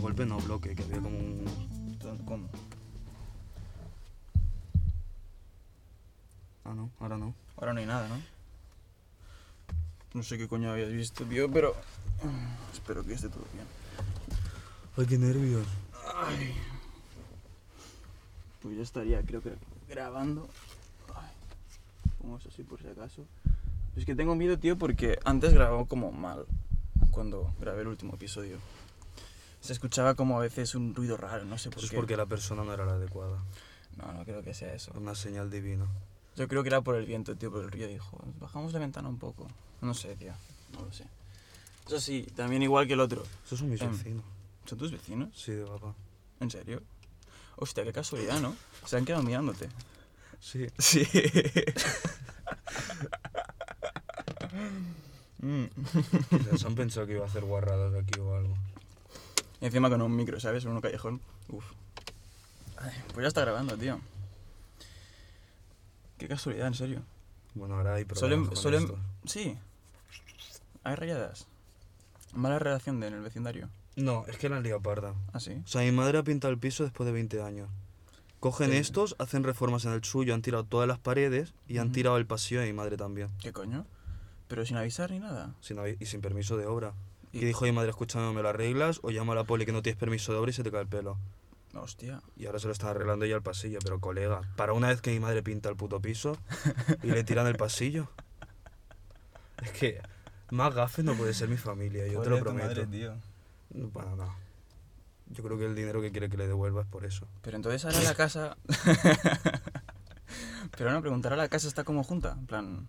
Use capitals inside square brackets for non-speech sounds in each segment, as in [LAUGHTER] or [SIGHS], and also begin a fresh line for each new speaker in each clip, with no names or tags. golpes, no bloques, que había como un... ¿Cómo? Ah, no, ahora no.
Ahora no hay nada, ¿no? No sé qué coño habías visto, tío, pero... [SIGHS] Espero que esté todo bien.
Ay, qué nervios.
Ay. Pues ya estaría, creo que grabando. Ay. Pongo eso así por si acaso. Es que tengo miedo, tío, porque antes grababa como mal. Cuando grabé el último episodio. Se escuchaba como a veces un ruido raro, no sé por
Eso es
qué.
porque la persona no era la adecuada.
No, no creo que sea eso.
Una señal divina.
Yo creo que era por el viento, tío, por el río. Dijo, bajamos la ventana un poco. No sé, tío. No lo sé. Eso sí, también igual que el otro.
Esos son mis
Em.
vecinos.
¿Son tus vecinos?
Sí, de papá.
¿En serio? Hostia, qué casualidad, ¿no? Se han quedado mirándote. [LAUGHS]
Sí.
Sí. Mm.
Quizás han pensado que iba a hacer guarradas aquí o algo.
Y encima con un micro, ¿sabes? En un callejón. Uf. Ay, pues ya está grabando, tío. Qué casualidad, en serio.
Bueno, ahora hay problemas
Suelen,
con
suelen-
esto.
Sí. Hay rayadas. Mala relación de en el vecindario.
No, es que la han liado parda.
¿Ah, sí?
O sea, mi madre ha pintado el piso después de 20 años. Cogen
Sí.
estos, hacen reformas en el suyo, han tirado todas las paredes y han
Ujú.
tirado el pasillo de mi madre también.
¿Qué coño? Pero sin avisar ni nada.
Sin avi- y sin permiso de obra.
Y-
Que dijo mi madre, escúchame, me lo arreglas o llama a la poli que no tienes permiso de obra y se te cae el pelo.
Hostia.
Y ahora se lo están arreglando ya el pasillo, pero colega, para una vez que mi madre pinta el puto piso y le tiran el pasillo. Es que más gafes no puede ser mi familia, yo te lo prometo.
tío.
No, Bueno, no. Yo creo que el dinero que quiere que le devuelva es por eso.
Pero entonces ahora la casa... [LAUGHS] Pero no, preguntar ahora la casa está como junta. En plan...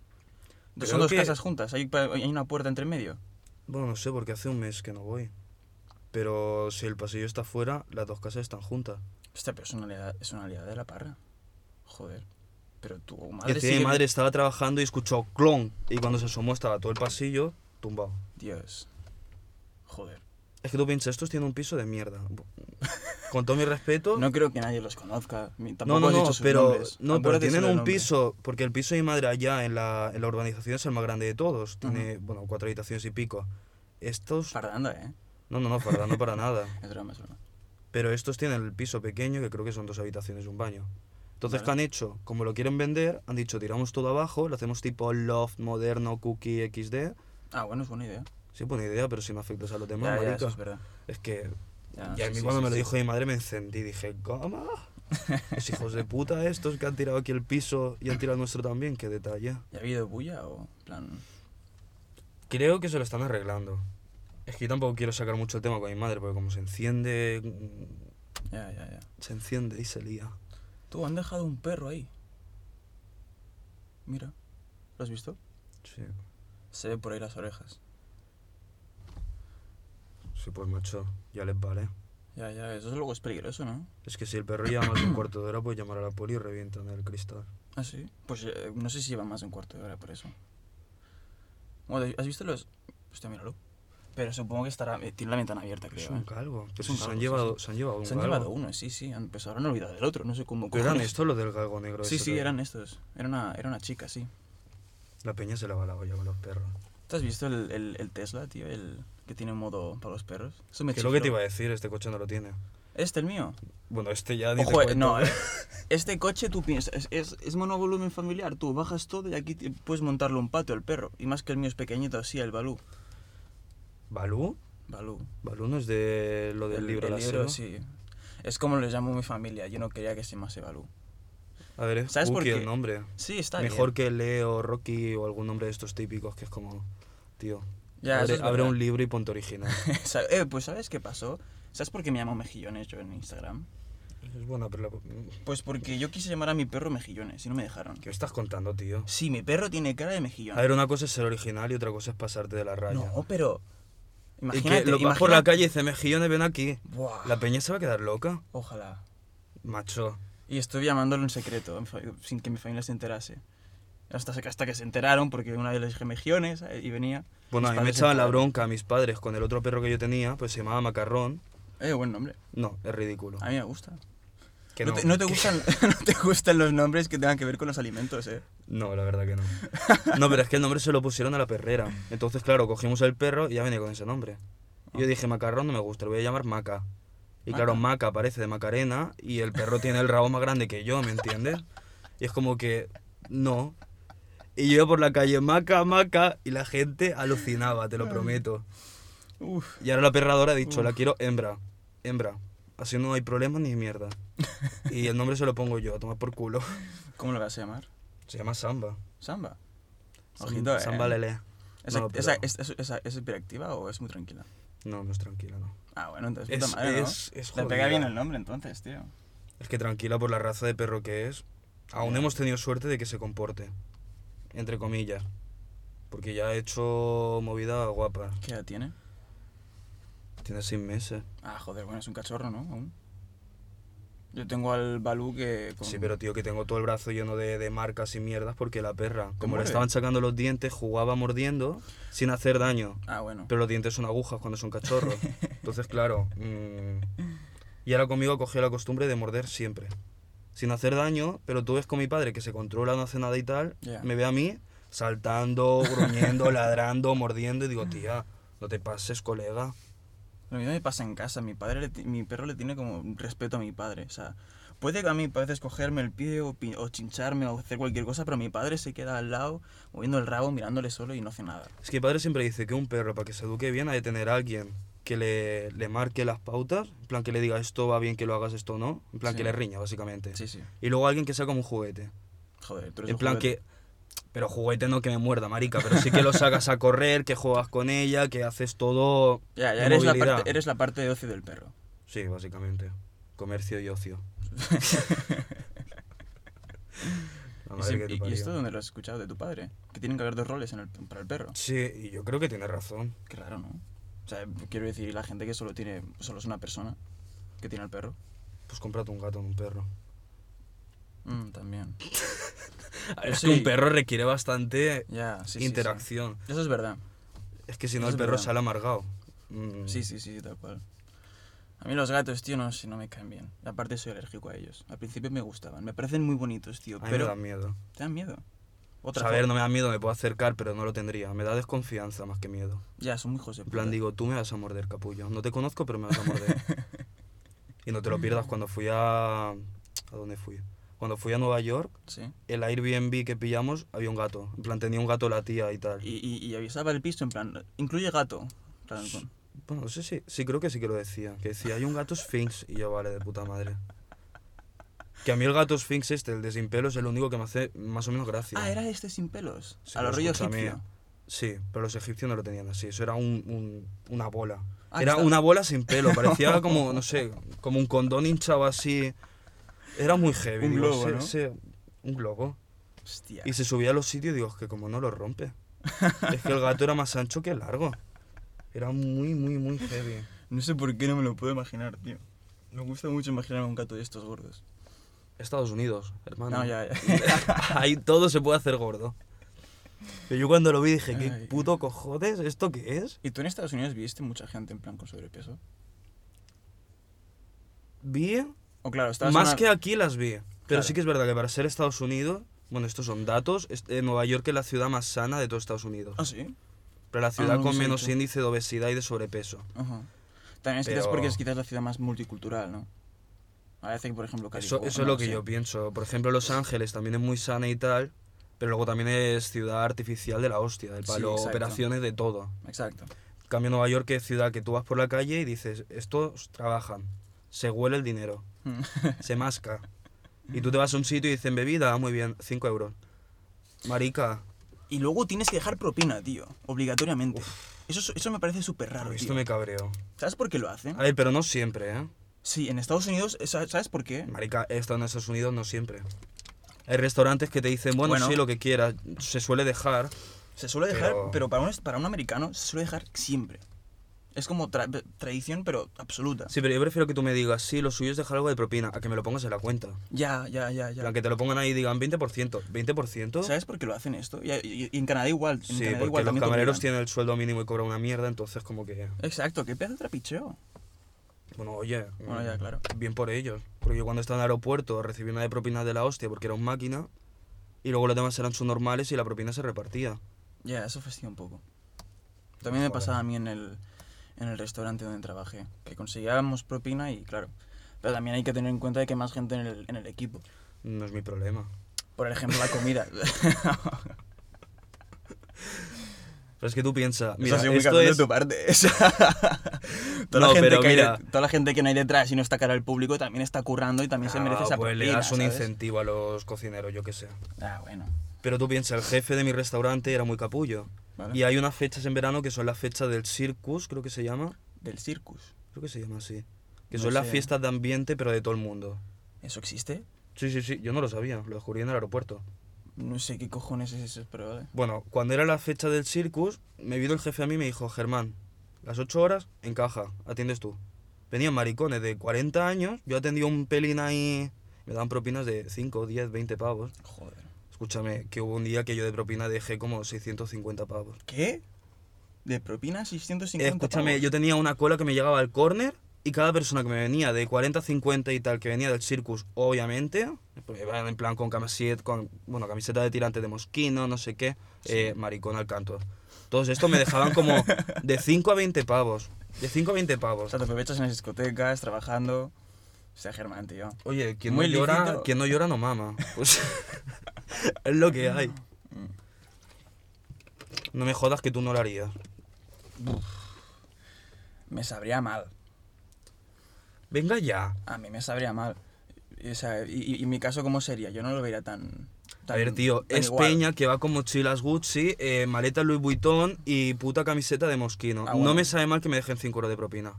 Creo
Son dos
que-
casas juntas. Hay, pa- hay una puerta entre medio.
Bueno, no sé, porque hace un mes que no voy. Pero si el pasillo está fuera, las dos casas están juntas.
Hostia, pero es una liada, es una liada de la parra. Joder. Pero tu
Y
madre
encima mi
sigue-
madre estaba trabajando y escuchó clon. Y cuando se asomó estaba todo el pasillo tumbado.
Dios. Joder.
Es que tú piensas, estos tienen un piso de mierda. Con todo mi
[LAUGHS]
respeto.
No creo que nadie los conozca. ni-
No,
Tampoco
no,
has
no,
dicho sus
pero,
nombres.
no, pero
Acuérdate
tienen
solo del
un
nombre.
piso, porque el piso de mi madre allá en la, en la urbanización es el más grande de todos. Tiene, bueno, cuatro habitaciones y pico. Estos...
Fardanda, ¿eh?
No, no, no, para,
[LAUGHS]
no para nada.
Es broma, es broma.
Pero estos tienen el piso pequeño, que creo que son dos habitaciones y un baño. Entonces, ¿qué
Vale.
han hecho? Como lo quieren vender, han dicho, tiramos todo abajo, lo hacemos tipo loft, moderno, cookie, XD.
Ah, bueno, es buena idea.
Sí, buena idea, pero si me afectas a los
Ya,
demás,
ya,
marica.
eso es verdad.
es que...
Ya,
y a
Ah, sí,
mí
sí,
cuando
sí,
me lo
sí.
dijo mi madre me encendí, dije, ¿cómo? Los hijos de puta estos que han tirado aquí el piso y han tirado el nuestro también, qué detalle.
¿Ya ha habido bulla o en plan?
Creo que se lo están arreglando. Es que yo tampoco quiero sacar mucho el tema con mi madre, porque como se enciende, mm,
Ya, ya, ya.
se enciende y se lía.
Tú, han dejado un perro ahí. Mira. ¿Lo has visto?
Sí,
Se ve por ahí las orejas.
sí, pues macho, ya les vale.
Ya, ya, eso es luego es peligroso, ¿no?
Es que si el perro lleva más de un cuarto de hora, pues llamar a la poli y revientan el cristal.
Ah, sí. Pues eh, no sé si lleva más de un cuarto de hora por eso. Bueno, ¿has visto los...? Hostia, míralo. Pero supongo que estará... eh, Tiene la ventana abierta, creo.
Es un
¿eh?
calvo. Pero
Es
si
un
se,
calvo,
han
sí,
llevado, se han llevado un
Se han
galgo.
llevado uno, sí, sí. Han, pues ahora han olvidado del otro, no sé cómo...
Pero eran
cojones.
estos los del galgo negro.
Sí,
ese
sí,
que-
eran estos. Era una, era una chica, sí.
La peña se lava la olla con los perros.
¿Te has visto el, el- el Tesla, tío? El que tiene modo para los perros. Eso me
Que es lo que te
chifló.
iba a decir, este coche no lo tiene.
Este, el mío.
Bueno, este ya ni te
Ojo, eh,
cuento.
no,
[LAUGHS]
eh, este coche tú piensas, es, es, es monovolumen familiar, tú bajas todo y aquí te- puedes montarle un pato al perro. Y más que el mío es pequeñito así, el Balú.
¿Balú?
Balú.
¿Balú no es de lo del
El-
libro
el
La
libro,
Selva?
sí. Es como lo llamo mi familia, yo no quería que se llamase Balú.
A ver, es
¿Sabes por
Cookie
qué?
el nombre.
Sí, está
Mejor
bien.
que Leo, Rocky o algún nombre de estos típicos que es como, tío,
Ya, eso
abre,
es
abre
verdad.
un libro y ponte
[LAUGHS]
original.
[LAUGHS] Sa- eh, pues ¿sabes qué pasó? ¿Sabes por qué me llamo Mejillones yo en Instagram?
es buena, pero... la-
Pues porque yo quise llamar a mi perro Mejillones y no me dejaron.
¿Qué me estás contando, tío?
Sí, mi perro tiene cara de
A
mejillones.
ver, una cosa es ser original y otra cosa es pasarte de la raya.
No, pero...
y
Imagínate,
que lo vas
imagínate.
por la calle y dice, mejillones, ven aquí.
Buah,
La peña se va a quedar loca.
Ojalá.
Macho,
Y estuve llamándolo en secreto, en fa- sin que mi familia se enterase. Hasta, se- hasta que se enteraron, porque una vez les dije mejiones eh, y venía.
bueno,
Mis
a mí me
padres se
echaban la
enteraron.
bronca a mis padres con el otro perro que yo tenía, pues se llamaba Macarrón.
Eh, buen nombre.
No, es ridículo.
A mí me gusta.
Que
no,
no.
Te, no te
[LAUGHS]
gustan, [LAUGHS] no te gustan los nombres que tengan que ver con los alimentos, eh.
No, la verdad que no. No, pero es que el nombre se lo pusieron a la perrera.
Ah.
Entonces, claro, cogimos el perro y ya venía con ese nombre. Y Yo dije, macarrón no me gusta, lo voy a llamar maca. Y claro, Maca aparece de Macarena y el perro tiene el rabo más grande que yo, ¿me entiendes? Y es como que, no. Y yo iba por la calle, Maca, Maca, y la gente alucinaba, te lo prometo.
Uf.
Y ahora la perradora ha dicho, la quiero hembra, hembra. Así no hay problemas
[LAUGHS]
ni mierda. Y el nombre se lo pongo yo, a tomar por culo.
¿Cómo lo vas a llamar?
Se llama Samba.
Samba. Ojito, eh.
Samba Lele.
¿Esa,
No, pero-
esa- es, es- esa- es hiperactiva o es muy tranquila?
No, no es tranquila, no.
Ah, bueno, entonces
Es-
puta madre, ¿no?
es- es
Le
jodida.
pega bien el nombre entonces, tío.
Es que tranquila por la raza de perro que es. Aún
Ya.
hemos tenido suerte de que se comporte. Entre comillas. Porque ya ha hecho movida guapa.
¿Qué edad tiene?
Tiene seis meses.
Ah, joder, bueno, es un cachorro, ¿no? Aún. Yo tengo al Balú que... con-
Sí, pero tío, que tengo todo el brazo lleno de, de marcas y mierdas porque la perra, como le
muerde?
estaban sacando los dientes, jugaba mordiendo sin hacer daño.
Ah, bueno.
Pero los dientes son agujas cuando son cachorros.
[LAUGHS]
Entonces, claro. mm, y ahora conmigo ha cogido la costumbre de morder siempre. Sin hacer daño, pero tú ves con mi padre que se controla, no hace nada y tal.
Ya.
Me ve a mí saltando,
[LAUGHS]
gruñendo, ladrando, mordiendo y digo, tía, no te pases, colega.
Lo mismo me pasa en casa. Mi, padre le ti- mi perro le tiene como un respeto a mi padre. O sea, puede que a mí a veces cogerme el pie o, pi- o chincharme o hacer cualquier cosa, pero mi padre se queda al lado, moviendo el rabo, mirándole solo y no hace nada.
Es que mi padre siempre dice que un perro, para que se eduque bien, ha de tener a alguien que le, le marque las pautas, en plan que le diga esto va bien que lo hagas, esto no, en plan
Sí.
que le riña, básicamente.
Sí, sí.
Y luego alguien que sea como un juguete.
Joder, tú eres
En
un
plan
juguete.
que. Pero juguete no que me muerda, marica. Pero sí que lo sacas a correr, que juegas con ella, que haces todo.
Ya, ya
de
eres la,
movilidad.
parte, eres la parte de ocio del
[LAUGHS]
perro.
Sí, básicamente. Comercio y ocio. La
¿Y,
madre
si-
que te
y- y
parió.
esto dónde lo has escuchado de tu padre? Que tienen que haber dos roles en el- para el perro.
Sí, y yo creo que tiene razón.
Qué raro, ¿no? O sea, quiero decir, la gente que solo tiene, solo es una persona que tiene al perro.
Pues cómprate un gato, no un perro.
Mm, [LAUGHS] también.
Es
Sí.
que un perro requiere bastante
Ya, sí, sí, sí.
interacción.
Eso es verdad.
Es que si no,
Eso
el
es
perro
verdad.
sale amargado. Mm,
Sí, sí, sí, tal cual. A mí los gatos, tío, no, sé, no me caen bien. Y Aparte soy alérgico a ellos. Al principio me gustaban. Me parecen muy bonitos, tío.
A mí me
pero
da miedo.
te dan miedo.
O
Otra
sea, a ver,
fo-
no me da miedo, me puedo acercar, pero no lo tendría. Me da desconfianza más que miedo.
Ya, son muy hijos de
En plan,
puta.
digo, tú me vas a morder, capullo. No te conozco, pero me vas a morder.
[LAUGHS]
y no te lo pierdas, cuando fui a... ¿A dónde fui? Cuando fui a Nueva York,
Sí.
el Airbnb que pillamos, había un gato. En plan, tenía un gato la tía y tal.
Y, y, y avisaba el piso, en plan, incluye gato. En plan, con-
Bueno, no sé si... Sí, creo que sí que lo decía. Que decía, hay un gato Sphinx. Y yo, vale, de puta madre. Que a mí el gato Sphinx este, el de sin pelo, es el único que me hace más o menos gracia.
Ah, era este sin pelos.
Sí, pues
a lo
pero
rollo
escúchame,
egipcio.
Sí, pero los egipcios no lo tenían así. Eso era un, un- una bola.
Ah,
era
está-
una bola
[LAUGHS]
sin pelo. Parecía como, no sé, como un condón hinchado así. Era muy heavy.
Un
digo,
globo,
se-
¿no?
se- un globo.
Hostia.
Y se subía a los sitios y digo, "Es que como no
[LAUGHS]
lo rompe. es que el gato era más ancho que largo. Era muy, muy, muy heavy.
No sé por qué no me lo puedo imaginar, tío. Me gusta mucho imaginar a un gato de estos gordos.
Estados Unidos, hermano.
No, ya, ya.
[LAUGHS] Ahí todo se puede hacer gordo. Pero yo cuando lo vi dije, ¿qué
Ay.
puto cojones? ¿Esto qué es?
¿Y tú en Estados Unidos viste mucha gente en plan con sobrepeso?
Vi
O claro, estabas en
Más
una-
que aquí las vi. Pero
Claro.
sí que es verdad que para ser Estados Unidos, bueno, estos son datos, es- eh, Nueva York es la ciudad más sana de todo Estados Unidos.
Ah, sí.
Pero la ciudad
no lo
con
sé,
menos
tú.
índice de obesidad y de sobrepeso.
Ajá. También es quizás
Pero-
porque es quizás la ciudad más multicultural, ¿no? A veces, por ejemplo,
Eso,
California,
eso es lo
no
que
sé.
yo pienso. Por ejemplo, Los Ángeles también es muy sana y tal, pero luego también es ciudad artificial de la hostia, del
Sí,
palo,
exacto.
operaciones de todo.
Exacto. [LAUGHS]
En cambio, Nueva York es ciudad que tú vas por la calle y dices, estos trabajan, se huele el dinero, se masca. Y tú te vas a un sitio y dicen, bebida, ah, muy bien, 5 euros. Marica,
y luego tienes que dejar propina, tío. Obligatoriamente. Eso, es- eso me parece súper raro,
esto
tío.
me Ah. cabreó.
¿Sabes por qué lo hacen?
A ver, pero no siempre, ¿eh?
Sí, en Estados Unidos, ¿sa- ¿sabes por qué?
Marica, he estado en Estados Unidos, no siempre. Hay restaurantes que te dicen, bueno,
Bueno.
sí, lo que quieras, se suele dejar.
Se suele dejar,
Pero-
pero, para, un, para un americano se suele dejar siempre. Es como tra- tradición, pero absoluta.
Sí, pero yo prefiero que tú me digas, sí, lo suyo es dejar algo de propina, a que me lo pongas en la cuenta.
Ya, ya, ya,
En
ya.
plan, que te lo pongan ahí y digan 20%, 20%.
¿Sabes por qué lo hacen esto? Y, y- y en Canadá igual. En
Sí,
Canadá
porque
igual
los
también te
camareros
obligan.
tienen el sueldo mínimo y cobran una mierda, entonces como que,
Exacto, qué pedazo de trapicheo.
bueno, oye, mm,
Bueno, ya, claro.
bien por ellos. Porque yo cuando estaba en el aeropuerto recibí una de propinas de la hostia porque era un máquina, y luego los demás eran subnormales y la propina se repartía.
Ya, eso fastidia un poco. También me
Joder.
pasaba a mí en el, en el restaurante donde trabajé, que conseguíamos propina y claro. Pero también hay que tener en cuenta de que hay más gente en el, en el equipo.
No es mi problema.
Por ejemplo, la comida. [LAUGHS]
Pero es que tú piensas, [LAUGHS] mira,
Eso ha sido muy
esto
cabrón
es...
de tu parte. [LAUGHS] o sea, toda,
No,
la gente
pero
que hay
mira.
de- toda la gente que no hay detrás y no está cara al público también está currando y también se merece
Ah,
esa
pues le
propina,
das un
¿sabes?
incentivo a los cocineros, yo qué sé.
Ah, bueno.
Pero tú piensas, el jefe de mi restaurante era muy capullo.
Vale.
Y hay unas fechas en verano que son las fechas del circus, creo que se llama.
Del circus.
Creo que se llama así. Que
No
son las
sé.
fiestas de ambiente, pero de todo el mundo.
¿Eso existe?
Sí, sí, sí, yo no lo sabía, lo descubrí en el aeropuerto.
No sé qué cojones es eso, pero eh. vale.
Bueno, cuando era la fecha del circus, me vino el jefe a mí y me dijo, Germán, las 8 horas en caja, atiendes tú. Venían maricones de 40 años, yo atendía un pelín ahí, me daban propinas de 5, 10, 20 pavos.
Joder.
Escúchame, que hubo un día que yo de propina dejé como 650 pavos.
¿Qué? ¿De propina 650?
Escúchame,
pavos?
yo tenía una cola que me llegaba al córner y cada persona que me venía de 40, 50 y tal, que venía del circus, obviamente, pues iban en plan con camiseta, con, bueno, camiseta de tirante de mosquino, no sé qué, eh, maricón al canto. Todos estos me dejaban como de 5 a 20 pavos. De 5 a 20
O
pavos.
sea, te aprovechas en las discotecas, trabajando. O sea, Germán, tío.
Oye, quien no,
Muy
llora,
lícito.
quien no llora no mama. Pues, [LAUGHS] es lo que hay.
Mm.
No me jodas que tú no lo harías.
Me sabría mal.
Venga ya.
A mí me sabría mal. Y, o sea, y- y, y mi caso, ¿cómo sería? Yo no lo vería tan.
A
tan-
ver, tío,
tan
es
igual.
Peña que va con mochilas Gucci, eh, maleta Louis Vuitton y puta camiseta de mosquino.
Ah, bueno.
No me sabe mal que me dejen 5 euros
[LAUGHS]
de propina.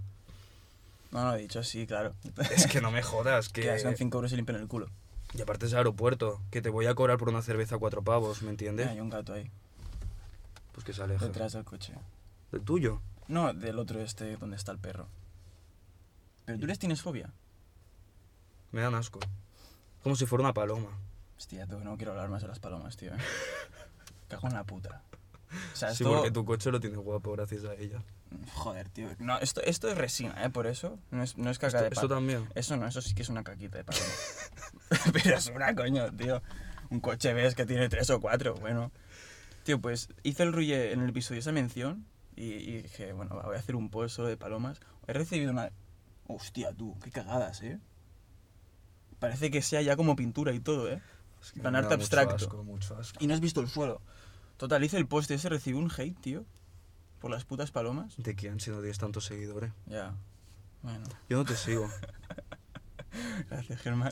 No, no, dicho así, claro.
Es que no me jodas,
[LAUGHS]
que...
que gastan 5 euros y limpian el culo.
Y aparte es aeropuerto, que te voy a cobrar por una cerveza cuatro pavos, ¿me entiendes?
Hay un gato ahí,
Pues que se aleje.
detrás del coche.
¿Del tuyo?
No, del otro este donde está el perro. Pero tú les tienes fobia.
Me dan asco. Como si fuera una paloma.
Hostia, tú no quiero hablar más de las palomas, tío.
[LAUGHS]
eh. Cago en la puta. O sea,
Sí,
esto...
porque tu coche lo tienes guapo gracias a ella.
Joder, tío. No, esto, esto es resina, ¿eh? Por eso. No es, no es caca
Esto,
de
esto
paloma.
también.
Eso no, eso sí que es una caquita de paloma. [LAUGHS] Pero es una coño, tío. Un coche ves que tiene tres o cuatro, bueno. Tío, pues hice el ruye en el episodio esa mención y, y dije, bueno, va, voy a hacer un post solo de palomas. He recibido una... Hostia, tú, qué cagadas, ¿eh? Parece que sea ya como pintura y todo, ¿eh?
Es que
Tan
me da
arte
mucho
abstracto.
asco, mucho asco.
Y no has visto el suelo. Total, hice el post ese, recibí un hate, tío. Por las putas palomas.
¿De quién si no tienes tantos seguidores?
Ya. Bueno,
Yo no te sigo.
gracias, Germán.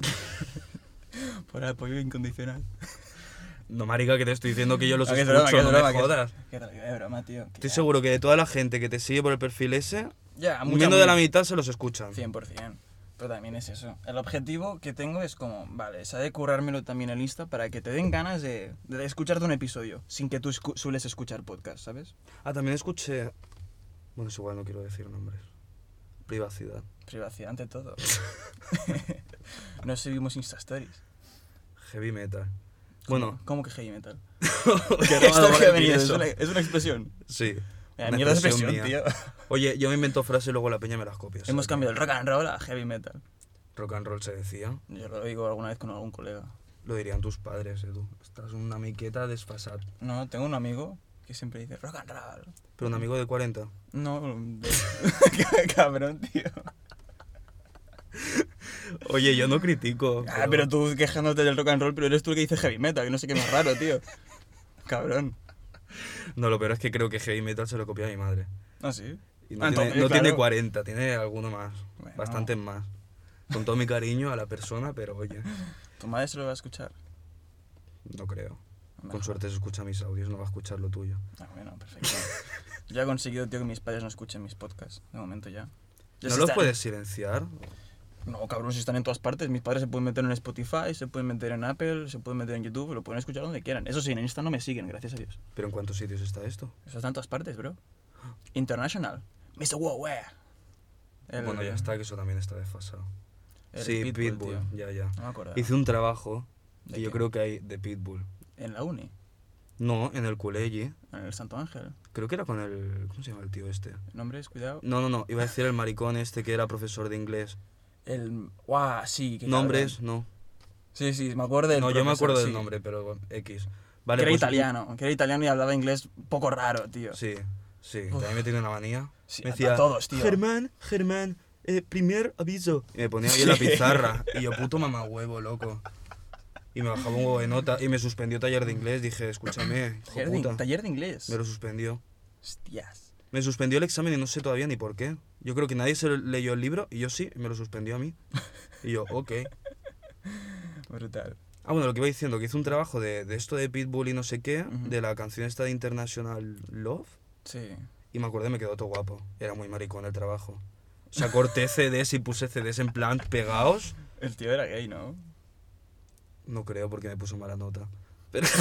[LAUGHS] por el apoyo incondicional.
No, marica, que te estoy diciendo que yo
[LAUGHS]
los
Ah, que es
escucho,
broma, que es
no
broma,
me
que es-
jodas.
Que tal, que de broma, tío. que
Estoy
ya-
seguro que de toda la gente que te sigue por el perfil ese,
Ya, mucha
menos de la
mu-
mitad se los escuchan.
100%. Pero también es eso. El objetivo que tengo es como, vale, es de currármelo también el Insta para que te den ganas de, de escucharte un episodio sin que tú escu- sueles escuchar podcast, ¿sabes?
Ah, también escuché. Bueno, es igual, no quiero decir nombres. Privacidad.
Privacidad ante
[LAUGHS]
todo. [LAUGHS] no subimos Insta Stories.
Heavy metal.
¿Cómo-
Bueno,
¿Cómo que heavy metal?
[LAUGHS] qué
[LAUGHS] Esto
raro
que ha
decir
venido, es
eso.
una, es una expresión.
Sí.
Mira,
una
mierda de expresión,
mía.
tío.
Oye, yo me invento frases y luego la peña me las copia.
Hemos
¿sabes?
cambiado el rock and roll a heavy metal.
Rock and roll se decía.
Yo lo digo alguna vez con algún colega.
Lo dirían tus padres, Edu. Estás una miqueta desfasada.
No, tengo un amigo que siempre dice rock and roll.
Pero un amigo de 40.
No, [LAUGHS] cabrón, tío.
Oye, yo no critico.
Ah, pero tú quejándote del rock and roll, pero eres tú el que dice heavy metal, que no sé qué más raro, tío. Cabrón.
No, lo peor es que creo que heavy metal se lo copia a mi madre.
¿Ah, sí?
Y no,
Ah,
tiene,
entonces,
no
claro.
tiene 40, tiene alguno más.
Bueno.
Bastantes más. Con todo mi cariño a la persona, pero oye,
Tu madre se lo va a escuchar.
no creo. Con
Mejor.
suerte se escucha mis audios, no va a escuchar lo tuyo.
Ah, bueno, perfecto. Yo he conseguido, tío, que mis padres no escuchen mis podcasts. De momento ya. Ya se
¿No los
están-
puedes silenciar?
No, cabrón, si están en todas partes. Mis padres se pueden meter en Spotify, se pueden meter en Apple, se pueden meter en YouTube, lo pueden escuchar donde quieran. Eso sí, en Insta no me siguen, gracias a Dios.
¿Pero en cuántos sitios está esto?
Eso está en todas partes, bro. International. Mr. Wow, El,
Bueno, ya está, que eso también está desfasado.
el
sí,
Pitbull,
Pitbull,
tío.
ya, ya.
No me acuerdo.
Hice un trabajo
¿De
que yo
qué?
creo que hay de Pitbull.
En la uni,
No, en el Culelli.
en el Santo Ángel.
Creo que era con el... ¿Cómo se llama el tío este?
El nombre es, cuidado.
No, no, no. Iba a decir el maricón este que era profesor de inglés.
El. ¡Guau! Sí, que.
Nombres, no.
Sí, sí, me acuerdo del.
No, yo me
profesor,
acuerdo del
sí.
nombre, pero bueno, X.
que
Vale,
era
pues-
italiano, que era italiano y hablaba inglés poco raro, tío.
Sí, Sí, también me tenía una manía.
Sí,
me
a- a todos, tío.
Germán, Germán, eh, primer aviso. Y me ponía ahí en la
Sí.
pizarra. Y yo, puto mamahuevo, loco. Y me bajaba un huevo de nota. Y me suspendió taller de inglés. Dije, escúchame, hijo
Taller de,
puta.
taller de inglés.
Me lo suspendió.
Hostias.
Me suspendió el examen y no sé todavía ni por qué. Yo creo que nadie se lo- leyó el libro y yo sí, y me lo suspendió a mí. Y yo, ok.
Brutal.
Ah, bueno, lo que iba diciendo, que hice un trabajo de, de esto de Pitbull y no sé qué,
Ujú.
de la canción esta de International Love,
Sí.
y me acordé, me quedó todo guapo. Era muy maricón el trabajo. O sea, corté CDs y puse CDs en plan pegados.
El tío era gay, ¿no?
No creo porque me puso mala nota. Pero... [LAUGHS]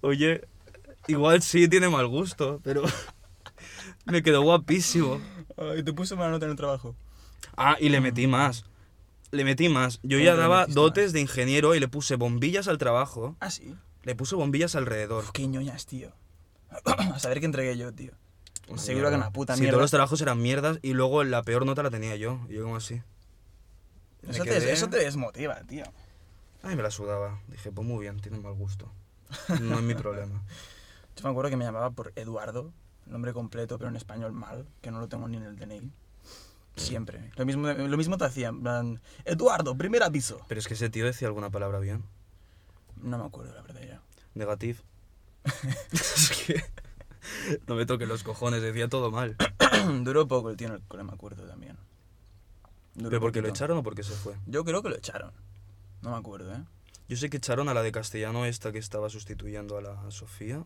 Oye, igual sí tiene mal gusto, pero [LAUGHS] me quedó guapísimo.
Ay, te puso mala nota en el trabajo.
Ah, y le metí más. Le metí más. Yo
¿Cómo
ya
que Mm. le
daba
metiste
dotes de ingeniero y le puse bombillas al trabajo.
Ah, sí.
Le puse bombillas alrededor.
Uf, qué ñoñas, tío. [CLEARS THROAT] A saber qué entregué yo, tío.
Una
Seguro que
mierda.
una puta
Sí,
mierda.
todos los trabajos eran mierdas y luego la peor nota la tenía yo. Y yo como así. Me
Eso te,
quedé-
eso te desmotiva, tío.
Ay, me la sudaba. Dije, pues muy bien, tiene mal gusto. No es
[LAUGHS]
mi problema.
Yo me acuerdo que me llamaba por Eduardo, nombre completo, pero en español mal, que no lo tengo ni en el DNI. Siempre. Lo mismo, lo mismo te hacían, en plan, Eduardo, primer aviso.
Pero es que ese tío decía alguna palabra bien.
No me acuerdo, la verdad, ya. [CLEARS THROAT] [LAUGHS]
Negativ. es que... [LAUGHS] No me toque los cojones, decía todo mal.
Duró poco el tío en el cole, me acuerdo también. Duró
¿Pero porque lo
poquito.
echaron o porque se fue?
Yo creo que lo echaron. No me acuerdo, ¿eh?
Yo sé que echaron a la de castellano esta que estaba sustituyendo a la Sofía.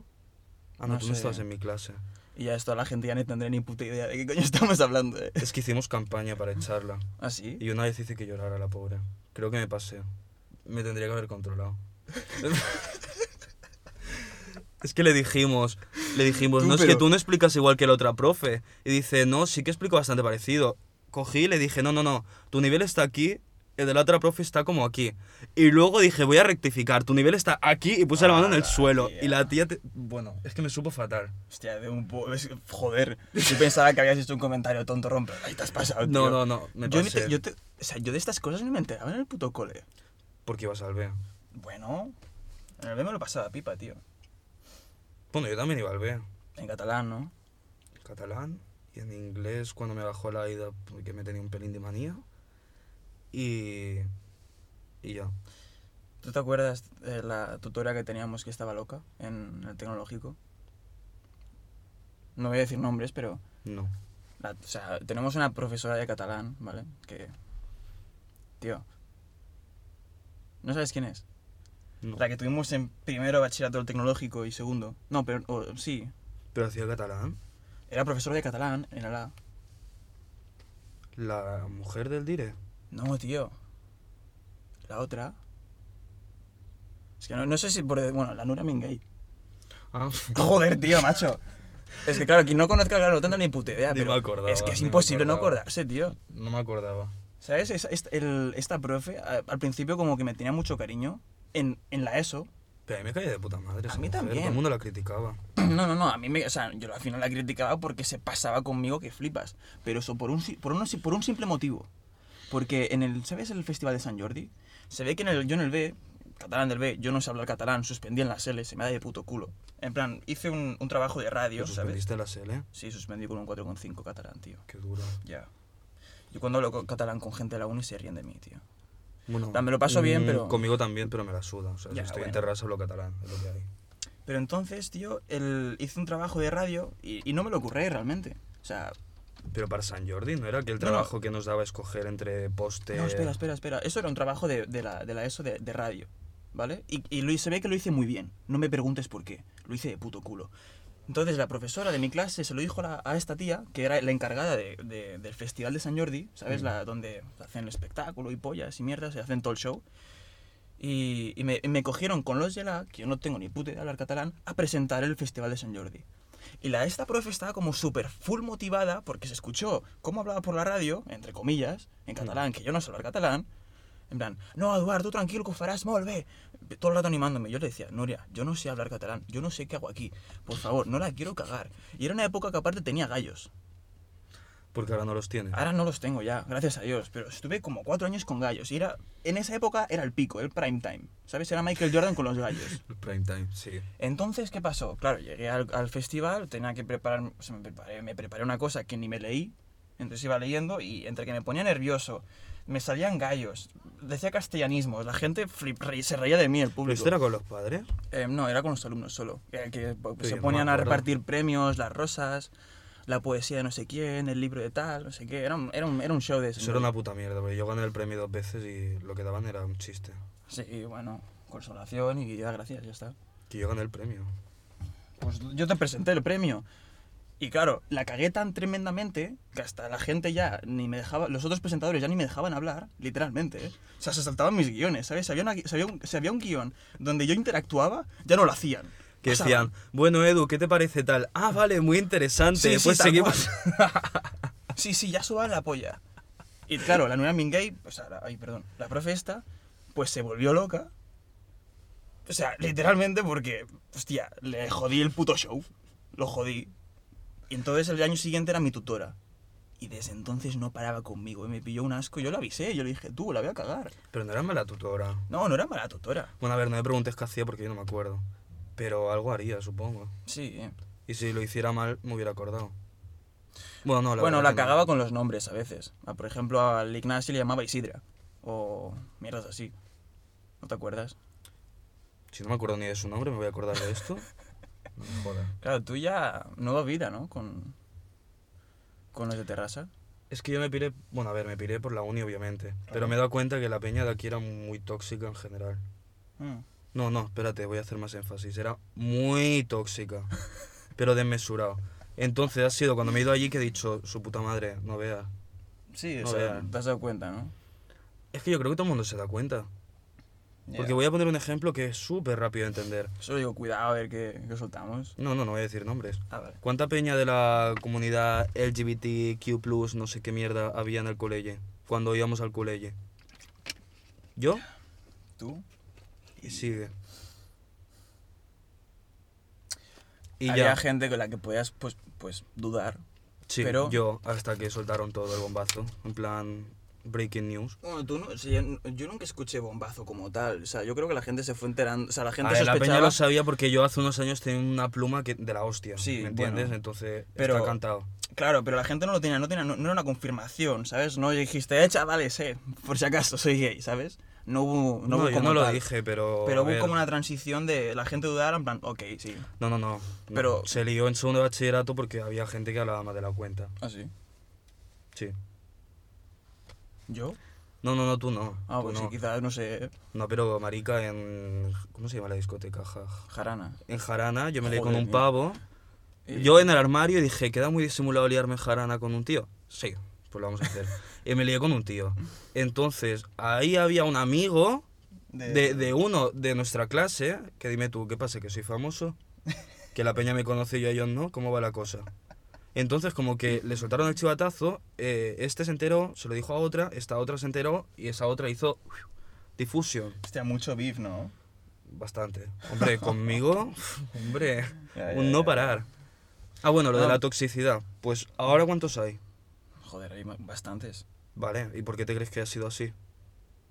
Ah, no,
No
tú no
sé.
estabas en mi clase.
Y ya esto a la gente ya no tendré ni puta idea de qué coño [LAUGHS] estamos hablando, ¿eh?
Es que hicimos campaña para echarla.
¿Ah, sí?
Y una vez hice que llorara la pobre. Creo que me pasé. Me tendría que haber controlado. [LAUGHS] es que le dijimos, le dijimos,
Tú,
no es que
pero-
tú no explicas igual que la otra profe. Y dice, no, sí que explico bastante parecido. Cogí y le dije, no, no, no, tu nivel está aquí, el de la otra profe está como aquí. Y luego dije, voy a rectificar, tu nivel está aquí y puse la mano en el
Ah,
suelo.
tía.
Y la tía, te- bueno, es que me supo fatal.
Hostia, de un po... es- Joder. Yo pensaba que habías hecho un comentario tonto rompe. Ahí te has pasado, tío.
No, no, no, me
yo, ni
pasé.
te- yo te- o sea, yo de estas cosas no me enteraba en el puto cole.
Porque ibas al B.
Bueno, en el B me lo pasaba pipa, tío.
Bueno, yo también iba al B.
En catalán, ¿no?
catalán y en inglés cuando me bajó la ida porque me tenía un pelín de manía y y ya
¿Tú te acuerdas de la tutora que teníamos que estaba loca en el tecnológico? No voy a decir nombres, pero...
no
la- o sea, tenemos una profesora de catalán, ¿vale? Que... Tío. ¿No sabes quién es?
no
La que tuvimos en primero bachillerato del tecnológico y segundo. No, pero... o- sí.
pero hacía catalán
Era profesora de catalán en la...
la mujer del dire
No, tío. La otra. Es que no, no sé si por. Bueno, la Nura
[LAUGHS]
Mingay.
ah
[LAUGHS] Joder, tío, macho. Es que claro, quien no conozca, claro, no tendrá ni puta idea.
Ni
pero
me acordaba,
es que es
ni me
imposible no
acordaba.
acordarse, tío.
no me acordaba
¿Sabes? Es- es- el- esta profe, a- al principio, como que me tenía mucho cariño. En, en la ESO.
pero a mí me caía de puta madre
A
esa
mí
mujer,
también.
todo el mundo la criticaba
[CLEARS THROAT] No, no, no, a mí me. O sea, yo al final la criticaba porque se pasaba conmigo que flipas. Pero eso por un, si- por un, por un simple motivo. Porque en el. ¿Sabes el Festival de San Jordi? Se ve que en el, yo en el B, catalán del B, yo no sé hablar catalán, suspendí en las L, se me da de puto culo. En plan, hice un, un trabajo de radio,
¿Lo
¿sabes?
suspendiste la SL
Sí, suspendí con un 4,5 catalán, tío.
qué duro
Ya. Yo cuando hablo con- catalán con gente de la uni se ríen de mí, tío.
bueno
Plan, me lo paso bien,
mm,
pero-
conmigo también pero me la suda o sea
Ya,
si estoy en
bueno.
terraza hablo catalán es lo que hay
Pero entonces, tío, el, hice un trabajo de radio y, y no me lo ocurrí realmente. O sea,
pero para San Jordi no era aquel
No, no.
trabajo que nos daba a escoger entre poste
No, espera, espera, espera. Eso era un trabajo de, de la, de la ESO de, de radio, ¿vale? Y, y lo, se ve que lo hice muy bien. No me preguntes por qué. Lo hice de puto culo. Entonces la profesora de mi clase se lo dijo a la- a esta tía, que era la encargada de- de- del Festival de San Jordi, ¿sabes?
Mm.
La, donde hacen el espectáculo y pollas y mierdas, y hacen todo el show. Y, y me, y me cogieron con los de la, que yo no tengo ni puta idea de hablar catalán, a presentar el Festival de San Jordi. Y la esta profe estaba como súper full motivada porque se escuchó cómo hablaba por la radio, entre comillas, en catalán, que yo no sé hablar catalán. En plan, no, Eduard, tú tranquilo, que ho faràs molt bé". Todo el rato animándome. Yo le decía, Nuria, yo no sé hablar catalán, yo no sé qué hago aquí. Por favor, no la quiero cagar. Y era una época que aparte tenía gallos.
pues Porque ahora no los tiene.
Ahora no los tengo ya, gracias a Dios, pero estuve como cuatro años con gallos. Y era, en esa época era el pico, el prime time. ¿Sabes? Era Michael Jordan con los gallos.
El prime time, sí.
Entonces, ¿qué pasó? Claro, llegué al, al festival, tenía que preparar, o sea, me preparé, me preparé una cosa que ni me leí. Entonces iba leyendo y entre que me ponía nervioso, me salían gallos, decía castellanismos, la gente flip- re- se reía de mí, el
¿Pero
público.
esto Este era con los padres?
Eh, no, era con los alumnos solo. Que, que, pues,
Sí,
se
no
ponían
me
a
acuerdo.
repartir premios, las rosas, la poesía de no sé quién, el libro de tal, no sé qué. Era un, era un, era un show de ese
Eso era
rollo.
una puta mierda, porque yo gané el premio dos veces y lo que daban era un chiste.
Sí, y bueno, consolación y ya, gracias, ya está.
Que yo gané el premio.
Pues yo te presenté el premio. Y claro, la cagué tan tremendamente que hasta la gente ya ni me dejaba, los otros presentadores ya ni me dejaban hablar, literalmente. ¿eh? O sea, se saltaban mis guiones, ¿sabes? Si había, una gui- si había un, si había un guión donde yo interactuaba, ya no lo hacían.
Que
Pasaban.
decían, bueno Edu, ¿qué te parece tal? Ah, vale, muy interesante.
Sí, sí,
pues
tal
seguimos.
[LAUGHS] Sí, sí, ya suba la polla. Y claro, la Nuria Mingay, o sea, la, ay, perdón, la profe esta, pues se volvió loca. O sea, literalmente porque, hostia, le jodí el puto show. Lo jodí. Y entonces el año siguiente era mi tutora. Y desde entonces no paraba conmigo. Y me pilló un asco. Yo la avisé. Yo le dije, tú, la voy a cagar.
[LAUGHS] Pero no era mala tutora.
No, no era mala tutora.
Bueno, a ver, no me preguntes qué hacía porque yo no me acuerdo. Pero algo haría, supongo.
Sí. eh.
Y si lo hiciera mal, me hubiera acordado. Bueno, no, la
bueno,
verdad
la
que no.
cagaba con los nombres a veces. Ah, Por ejemplo, al Ignacio le llamaba Isidra. O mierdas así. ¿No te acuerdas?
Si no me acuerdo ni de su nombre, me voy a acordar
[LAUGHS]
de esto. No me jodas.
Claro, tú ya nueva vida, ¿no? Con, con los de Terrassa.
Es que yo me piré, bueno, a ver, me piré por la uni, obviamente. Pero me he dado cuenta que la peña de aquí era muy tóxica en general.
Mm,
No, no, espérate, voy a hacer más énfasis. Era muy tóxica, pero desmesurado. Entonces ha sido cuando me he ido allí que he dicho, su puta madre, no veas.
Sí, o
No,
sea,
vean.
te has dado cuenta, ¿no?
Es que yo creo que todo el mundo se da cuenta. Porque
Ya.
voy a poner un ejemplo que es súper rápido de entender.
Solo digo, cuidado, a ver qué, qué soltamos.
No, no, no voy a decir nombres.
Ah, vale.
¿Cuánta peña de la comunidad LGBTQ, no sé qué mierda, había en el colegio? Cuando íbamos al colegio. ¿Yo?
¿Tú?
Y sigue. Y
Había
ya.
gente con la que podías, pues, pues dudar.
Sí,
pero-
yo, hasta que soltaron todo el bombazo. En plan, breaking news.
Bueno, tú no, o sea, yo nunca escuché bombazo como tal. O sea, yo creo que la gente se fue enterando. O sea, la gente
A ver, Ah, la peña
sospechaba.
lo sabía porque yo hace unos años tenía una pluma que, de la hostia.
Sí,
¿Me entiendes?
bueno.
Entonces,
Pero-
está cantado.
Claro, pero la gente no lo tenía, no, tenía, no, no era una confirmación, ¿sabes? No dijiste, eh, chavales, eh, por si acaso soy gay, ¿sabes? No hubo.
No,
No, hubo
yo
como
no lo
tal.
dije, pero.
Pero
a
hubo
ver,
como una transición de la gente dudar, en plan, ok, sí.
No, no, no.
Pero-
Se lió en segundo de bachillerato porque había gente que hablaba más de la cuenta.
Ah, sí.
Sí.
¿Yo?
No, no, no, tú no.
Ah,
tú
pues
no.
sí, quizás, no sé,
No, pero marica en... ¿Cómo se llama la discoteca? Ja-
jarana.
En Jarana, yo me leí con
Joder,
un
mira.
pavo.
Y-
Eh, Yo en el armario y dije, ¿queda muy disimulado liarme en jarana con un tío? Sí, pues lo vamos a hacer. [LAUGHS] y me lié con un tío. Entonces, ahí había un amigo de, de uno de nuestra clase, que dime tú, ¿qué pasa? ¿Que soy famoso? ¿Que la peña me conoce y a ellos no? ¿Cómo va la cosa? Entonces, como que le soltaron el chivatazo, eh, este se enteró, se lo dijo a otra, esta otra se enteró y esa otra hizo uff, difusión.
Hostia, mucho beef, ¿no?
Bastante.
[LAUGHS]
Hombre, conmigo, hombre,
Ya, ya,
un no
ya.
parar. Ah, bueno, lo de
No.
la toxicidad. Pues ahora cuántos hay.
Joder, hay ma- bastantes.
Vale, ¿y por qué te crees que ha sido así?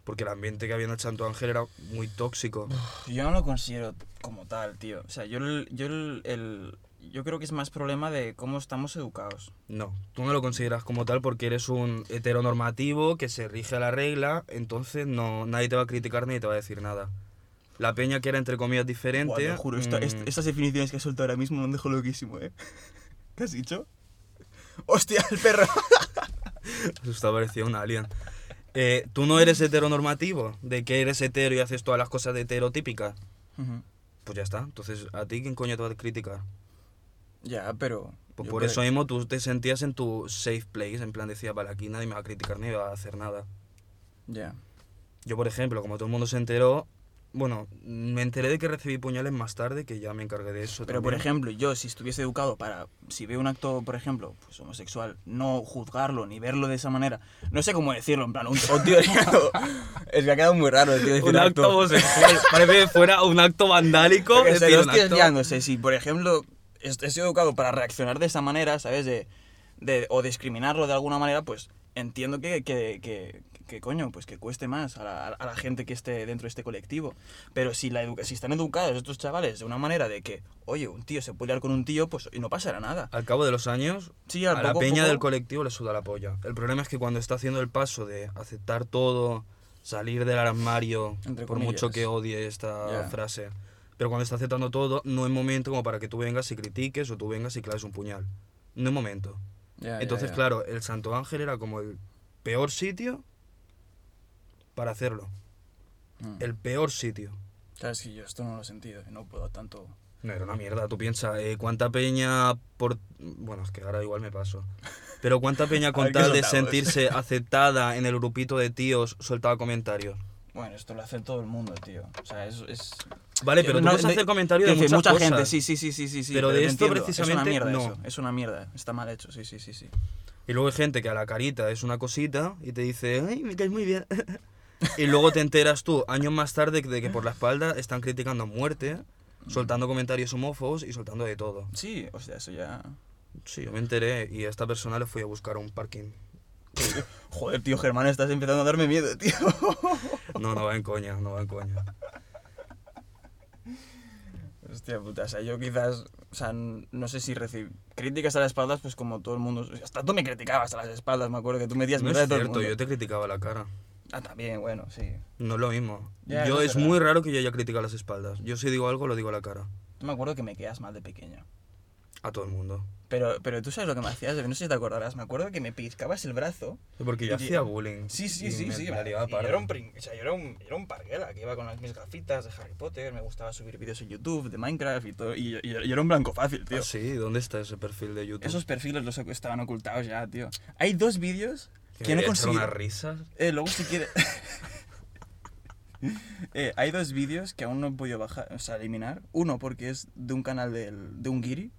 Porque el ambiente que había en el Santo Ángel era muy tóxico.
Yo no lo considero como tal, tío. O sea, yo, el- yo, el- el- yo creo que es más problema de cómo estamos educados.
No, tú no lo consideras como tal porque eres un heteronormativo que se rige a la regla, entonces no, nadie te va a criticar ni te va a decir nada. La peña que era entre comillas diferente.
Buah, te lo juro, esta-
mm,
est- estas definiciones que has soltado ahora mismo me han dejado loquísimo, ¿eh? [LAUGHS] ¿Qué has dicho? ¡Hostia, el perro!
Esto parecía un alien. Eh, tú no eres heteronormativo, de que eres hetero y haces todas las cosas de heterotípicas.
[LAUGHS] Ujú.
Pues ya está. Entonces, ¿a ti quién coño te va a criticar?
ya, pero...
Pues
yo
por
creo-
eso mismo tú te sentías en tu safe place, en plan decía, vale, aquí nadie me va a criticar ni me va a hacer nada.
Ya.
Yo, por ejemplo, como todo el mundo se enteró, bueno, me enteré de que recibí puñales más tarde, que ya me encargué de eso.
Pero por
también.
ejemplo, yo si estuviese educado para, si veo un acto, por ejemplo, pues homosexual, no juzgarlo ni verlo de esa manera, no sé cómo decirlo, en plan, un o tío, [LAUGHS] es que ha quedado muy raro el tío decir
Un acto [LAUGHS] homosexual, parece que fuera un acto vandálico.
Que
es
se
decir,
los
un
tíos
acto-
liándose, si por ejemplo est- he sido educado para reaccionar de esa manera, ¿sabes? De, de, o discriminarlo de alguna manera, pues entiendo que, que, que- que, coño, pues que cueste más a la, a la gente que esté dentro de este colectivo. Pero si, la educa si están educados estos chavales de una manera de que, oye, un tío se puede liar con un tío, pues y no pasará nada.
Al cabo de los años,
Sí,
a
al
la
poco,
peña
poco-
del colectivo le suda la polla. El problema es que cuando está haciendo el paso de aceptar todo, salir del armario,
Entre
por
comillas.
mucho que odie esta
Ya.
frase, pero cuando está aceptando todo, no es momento como para que tú vengas y critiques o tú vengas y claves un puñal. No es momento.
Ya, ya,
Entonces,
ya.
claro, el Santo Ángel era como el peor sitio para hacerlo.
Mm.
El peor sitio.
Claro, es que yo esto no lo he sentido, no puedo tanto.
No, era una mierda. Tú piensas, eh, ¿cuánta peña por...? Bueno, es que ahora igual me paso. Pero ¿cuánta peña
A
con
ver qué
tal de
soltamos.
sentirse aceptada en el grupito de tíos soltaba comentarios?
Bueno, esto lo hace todo el mundo, tío. O sea, es. es...
Vale, pero tú
No,
puedes
de-
hacer comentarios de
quiero decir,
muchas
mucha
cosas.
gente, sí, sí, sí, sí, sí. sí,
Pero de
te
esto
entiendo.
precisamente,
Es una mierda
no.
eso, es una mierda. Está mal hecho, sí, sí, sí, sí.
Y luego hay gente que a la carita es una cosita y te dice, ay, me caes muy bien. [LAUGHS] y luego te enteras tú, años más tarde, de que por la espalda están criticando a muerte, soltando comentarios homófobos y soltando de todo.
Sí, o sea, eso ya. [LAUGHS]
Sí, yo me enteré y a esta persona le fui a buscar a un parking.
Joder, tío, Germán, estás empezando a darme miedo, [LAUGHS] tío.
No, no va en coña, no va en coña.
Hostia puta, o sea, yo quizás, o sea, n- no sé si recibí críticas a las espaldas, pues como todo el mundo, hasta tú me criticabas a las espaldas, me acuerdo que tú me decías
No
mierda
es
de todo el
cierto, yo
mundo.
te criticaba la cara.
Ah, también, bueno, sí.
No es lo mismo.
Ya,
yo
eso es
es muy raro que yo haya criticado las espaldas. Yo si digo algo, lo digo a la cara.
Yo me acuerdo que me quedas mal de pequeño.
A todo el mundo.
Pero, pero tú sabes lo que me hacías, no sé si te acordarás, me acuerdo que me pellizcabas el brazo.
Porque yo
Y-
hacía bullying.
Sí, sí,
y
sí,
me-
sí.
me
me-
la liaba
y yo era
parda.
un, prin- o sea, yo era un, yo era un parguela que iba con las, mis gafitas de Harry Potter, me gustaba subir vídeos en YouTube de Minecraft y todo, y, y- y era un blanco fácil, tío.
Ah, sí, ¿dónde está ese perfil de YouTube?
Esos perfiles los ocu- estaban ocultados ya, tío. Hay dos vídeos
Que
que
me
no
voy a echar
conseguí.
unas risas.
Eh, luego si
[LAUGHS]
quieres. Eh, hay dos vídeos que aún no he podido bajar, o sea, eliminar. Uno porque es de un canal del- de un guiri,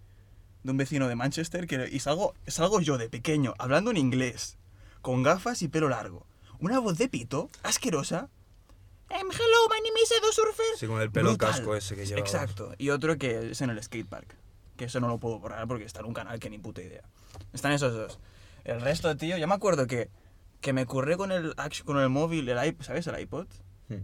de un vecino de Manchester, que, y salgo, salgo yo de pequeño, hablando en inglés, con gafas y pelo largo. Una voz de pito, asquerosa. "Em, hello, my name is Edo Surfer.
Sí, con el pelo
Brutal.
casco ese que llevaba.
Exacto. Y otro que es en el skatepark. Que eso no lo puedo borrar porque está en un canal que ni puta idea. Están esos dos. El resto, tío, ya me acuerdo que, que me curré con el, act- con el móvil, el iPod, ¿sabes? El iPod.
Hmm.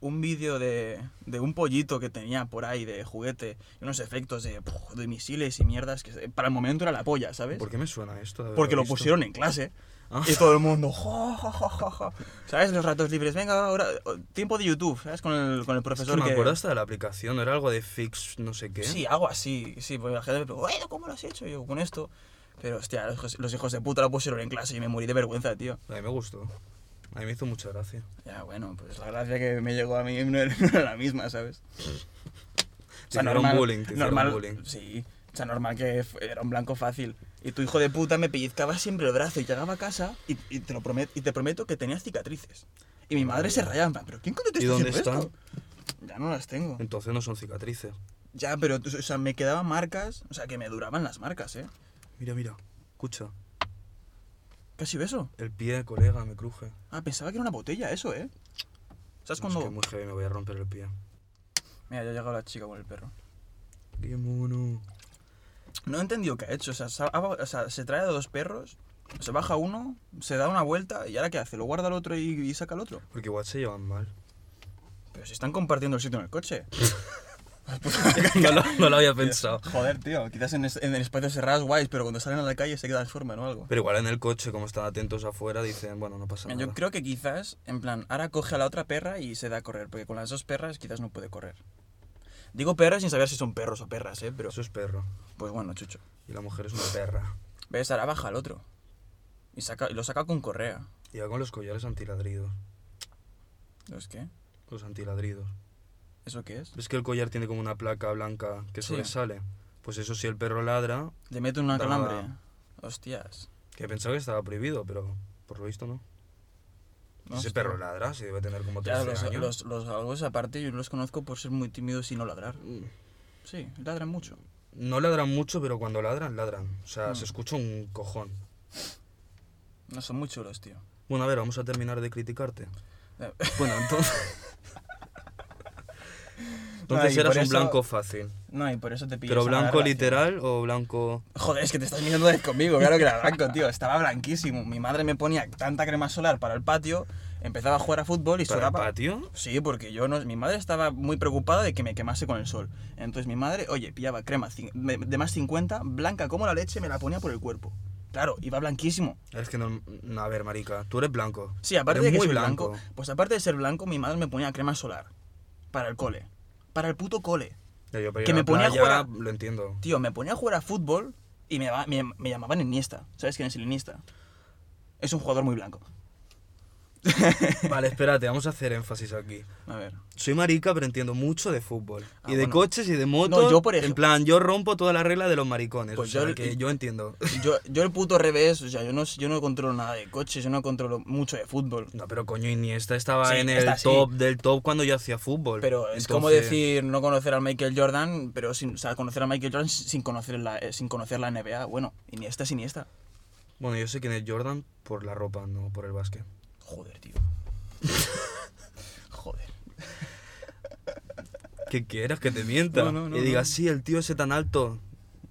Un vídeo de, de un pollito que tenía por ahí de juguete y unos efectos de, puf, de misiles y mierdas que para el momento era la polla, ¿sabes?
¿Por qué me suena esto? de haberlo
Porque lo
visto?
pusieron en clase.
Ah.
Y todo el mundo, jo, jo, jo, jo, jo. ¿sabes? Los ratos libres, venga, ahora, o- tiempo de YouTube, ¿sabes? Con el, con el
Es que
profesor
me
que...
acuerdo hasta de la aplicación, ¿no era algo de fix no sé qué?
Sí, algo así. Sí, porque la gente me preguntó, "Oye, ¿cómo lo has hecho? Y yo, con esto. Pero, hostia, los, hijos- los hijos de puta lo pusieron en clase y me morí de vergüenza, tío.
A mí me gustó. A mí me hizo mucha gracia.
Ya, bueno, pues la gracia que me llegó a mí no era, no era [LAUGHS] la misma, ¿sabes? O
Te hicieron bullying, te hicieron
normal,
bullying.
Sí, o sea, normal que f- era un blanco fácil. Y tu hijo de puta me pellizcaba siempre el brazo y llegaba a casa y, y te, lo promet, y te prometo que tenía cicatrices. Y mi madre se rayaba, en plan, ¿pero quién coño te
¿Y
está
dónde
haciendo
están?
esto?". Ya no las tengo.
Entonces no son cicatrices.
Ya, pero, o sea, me quedaban marcas, o sea, que me duraban las marcas, ¿eh?
Mira, mira, escucha.
Casi beso.
El pie, colega, me cruje.
Ah, pensaba que era una botella eso, ¿eh? ¿Sabes
No, es
cuando...?
que es muy heavy, me voy a romper el pie.
Mira, ya ha llegado la chica con el perro.
Qué mono.
No he entendido qué ha hecho. O sea, se, ha- ha- o sea, se trae a dos perros, se baja uno, se da una vuelta y ahora qué hace? ¿Lo guarda el otro y, y saca el otro?
Porque igual se llevan
[LAUGHS]
mal.
Pero si están compartiendo el sitio en el coche.
no, lo, no lo [LAUGHS] había pensado.
Joder, tío. Quizás en, es- en espacios cerrados guays, pero cuando salen a la calle se quedan forma o algo.
Pero igual en el coche, como están atentos afuera, dicen, bueno, no pasa
Mira,
nada.
Yo creo que quizás, en plan, ahora coge a la otra perra y se da a correr, porque con las dos perras quizás no puede correr. Digo perras sin saber si son perros o perras, ¿eh? Pero,
Eso es perro.
pues bueno, chucho.
Y la mujer es una perra.
¿Ves? Ahora baja al otro. Y, saca, y lo saca con correa.
Y va con los collares antiladridos.
¿Los qué?
Los antiladridos.
¿Eso qué es?
¿Ves que el collar tiene como una placa blanca que
Sí.
sobresale? Pues eso sí, el perro ladra.
¿Te meten una
Da-
calambre? Hostias.
Que pensaba que estaba prohibido, pero por lo visto no.
Hostia.
Ese perro ladra, si debe tener como 13
Ya, los,
años.
los, los galgos aparte yo los conozco por ser muy tímidos y no ladrar.
Mm.
Sí, ladran mucho.
No ladran mucho, pero cuando ladran, ladran. O sea,
Mm.
se escucha un cojón.
No son muy chulos, tío.
Bueno, a ver, vamos a terminar de criticarte.
[LAUGHS] Ya.
Bueno, entonces... Entonces
y
eras
por
un
eso-
blanco fácil.
No, y por eso te pillas.
¿Pero
a la
blanco
relación.
literal o blanco...?
Joder, es que te estás mirando vez conmigo, claro que era blanco, tío. Estaba blanquísimo. Mi madre me ponía tanta crema solar para el patio, empezaba a jugar a fútbol y
¿Para el
sudaba.
patio?
Sí, porque yo no, mi madre estaba muy preocupada de que me quemase con el sol. Entonces mi madre, oye, pillaba crema cin- de de más 50, blanca como la leche, me la ponía por el cuerpo. Claro, iba blanquísimo.
Es que no... no, A ver, marica, tú eres blanco.
Sí, aparte
Eres
de que
muy
soy
blanco.
blanco. Pues aparte de ser blanco, mi madre me ponía crema solar. Para el cole. Para el puto cole.
Ya, yo para ir
Que
a
me
la
ponía a
playa,
jugar a-
Lo
[LAUGHS]
entiendo.
Tío, me ponía a jugar a fútbol y me, va- me, me llamaban Iniesta. ¿Sabes quién es el Iniesta? Es un jugador muy blanco. [LAUGHS]
Vale, espérate, vamos a hacer énfasis aquí.
A ver.
Soy marica, pero entiendo mucho de fútbol.
Ah,
y de
bueno.
coches y de motos.
yo, por ejemplo-
En plan, yo rompo toda la regla de los maricones.
Pues
o
yo-
sea, que yo entiendo.
Yo, yo el puto revés, o sea, yo no, yo no controlo nada de coches, yo no controlo mucho de fútbol.
No, pero coño, Iniesta estaba
Sí,
en el
Iniesta sí.
top del top cuando yo hacía fútbol.
Pero es como
Entonces,
decir no conocer al Michael Jordan, pero sin, o sea, conocer a Michael Jordan sin conocer la, eh, sin conocer la NBA. Bueno, Iniesta es Iniesta.
Bueno, yo sé quién es Jordan por la ropa, no por el básquet.
Joder, tío. Joder.
Que quieras que te mienta.
No, no, no,
y digas,
no.
sí, el tío ese tan alto.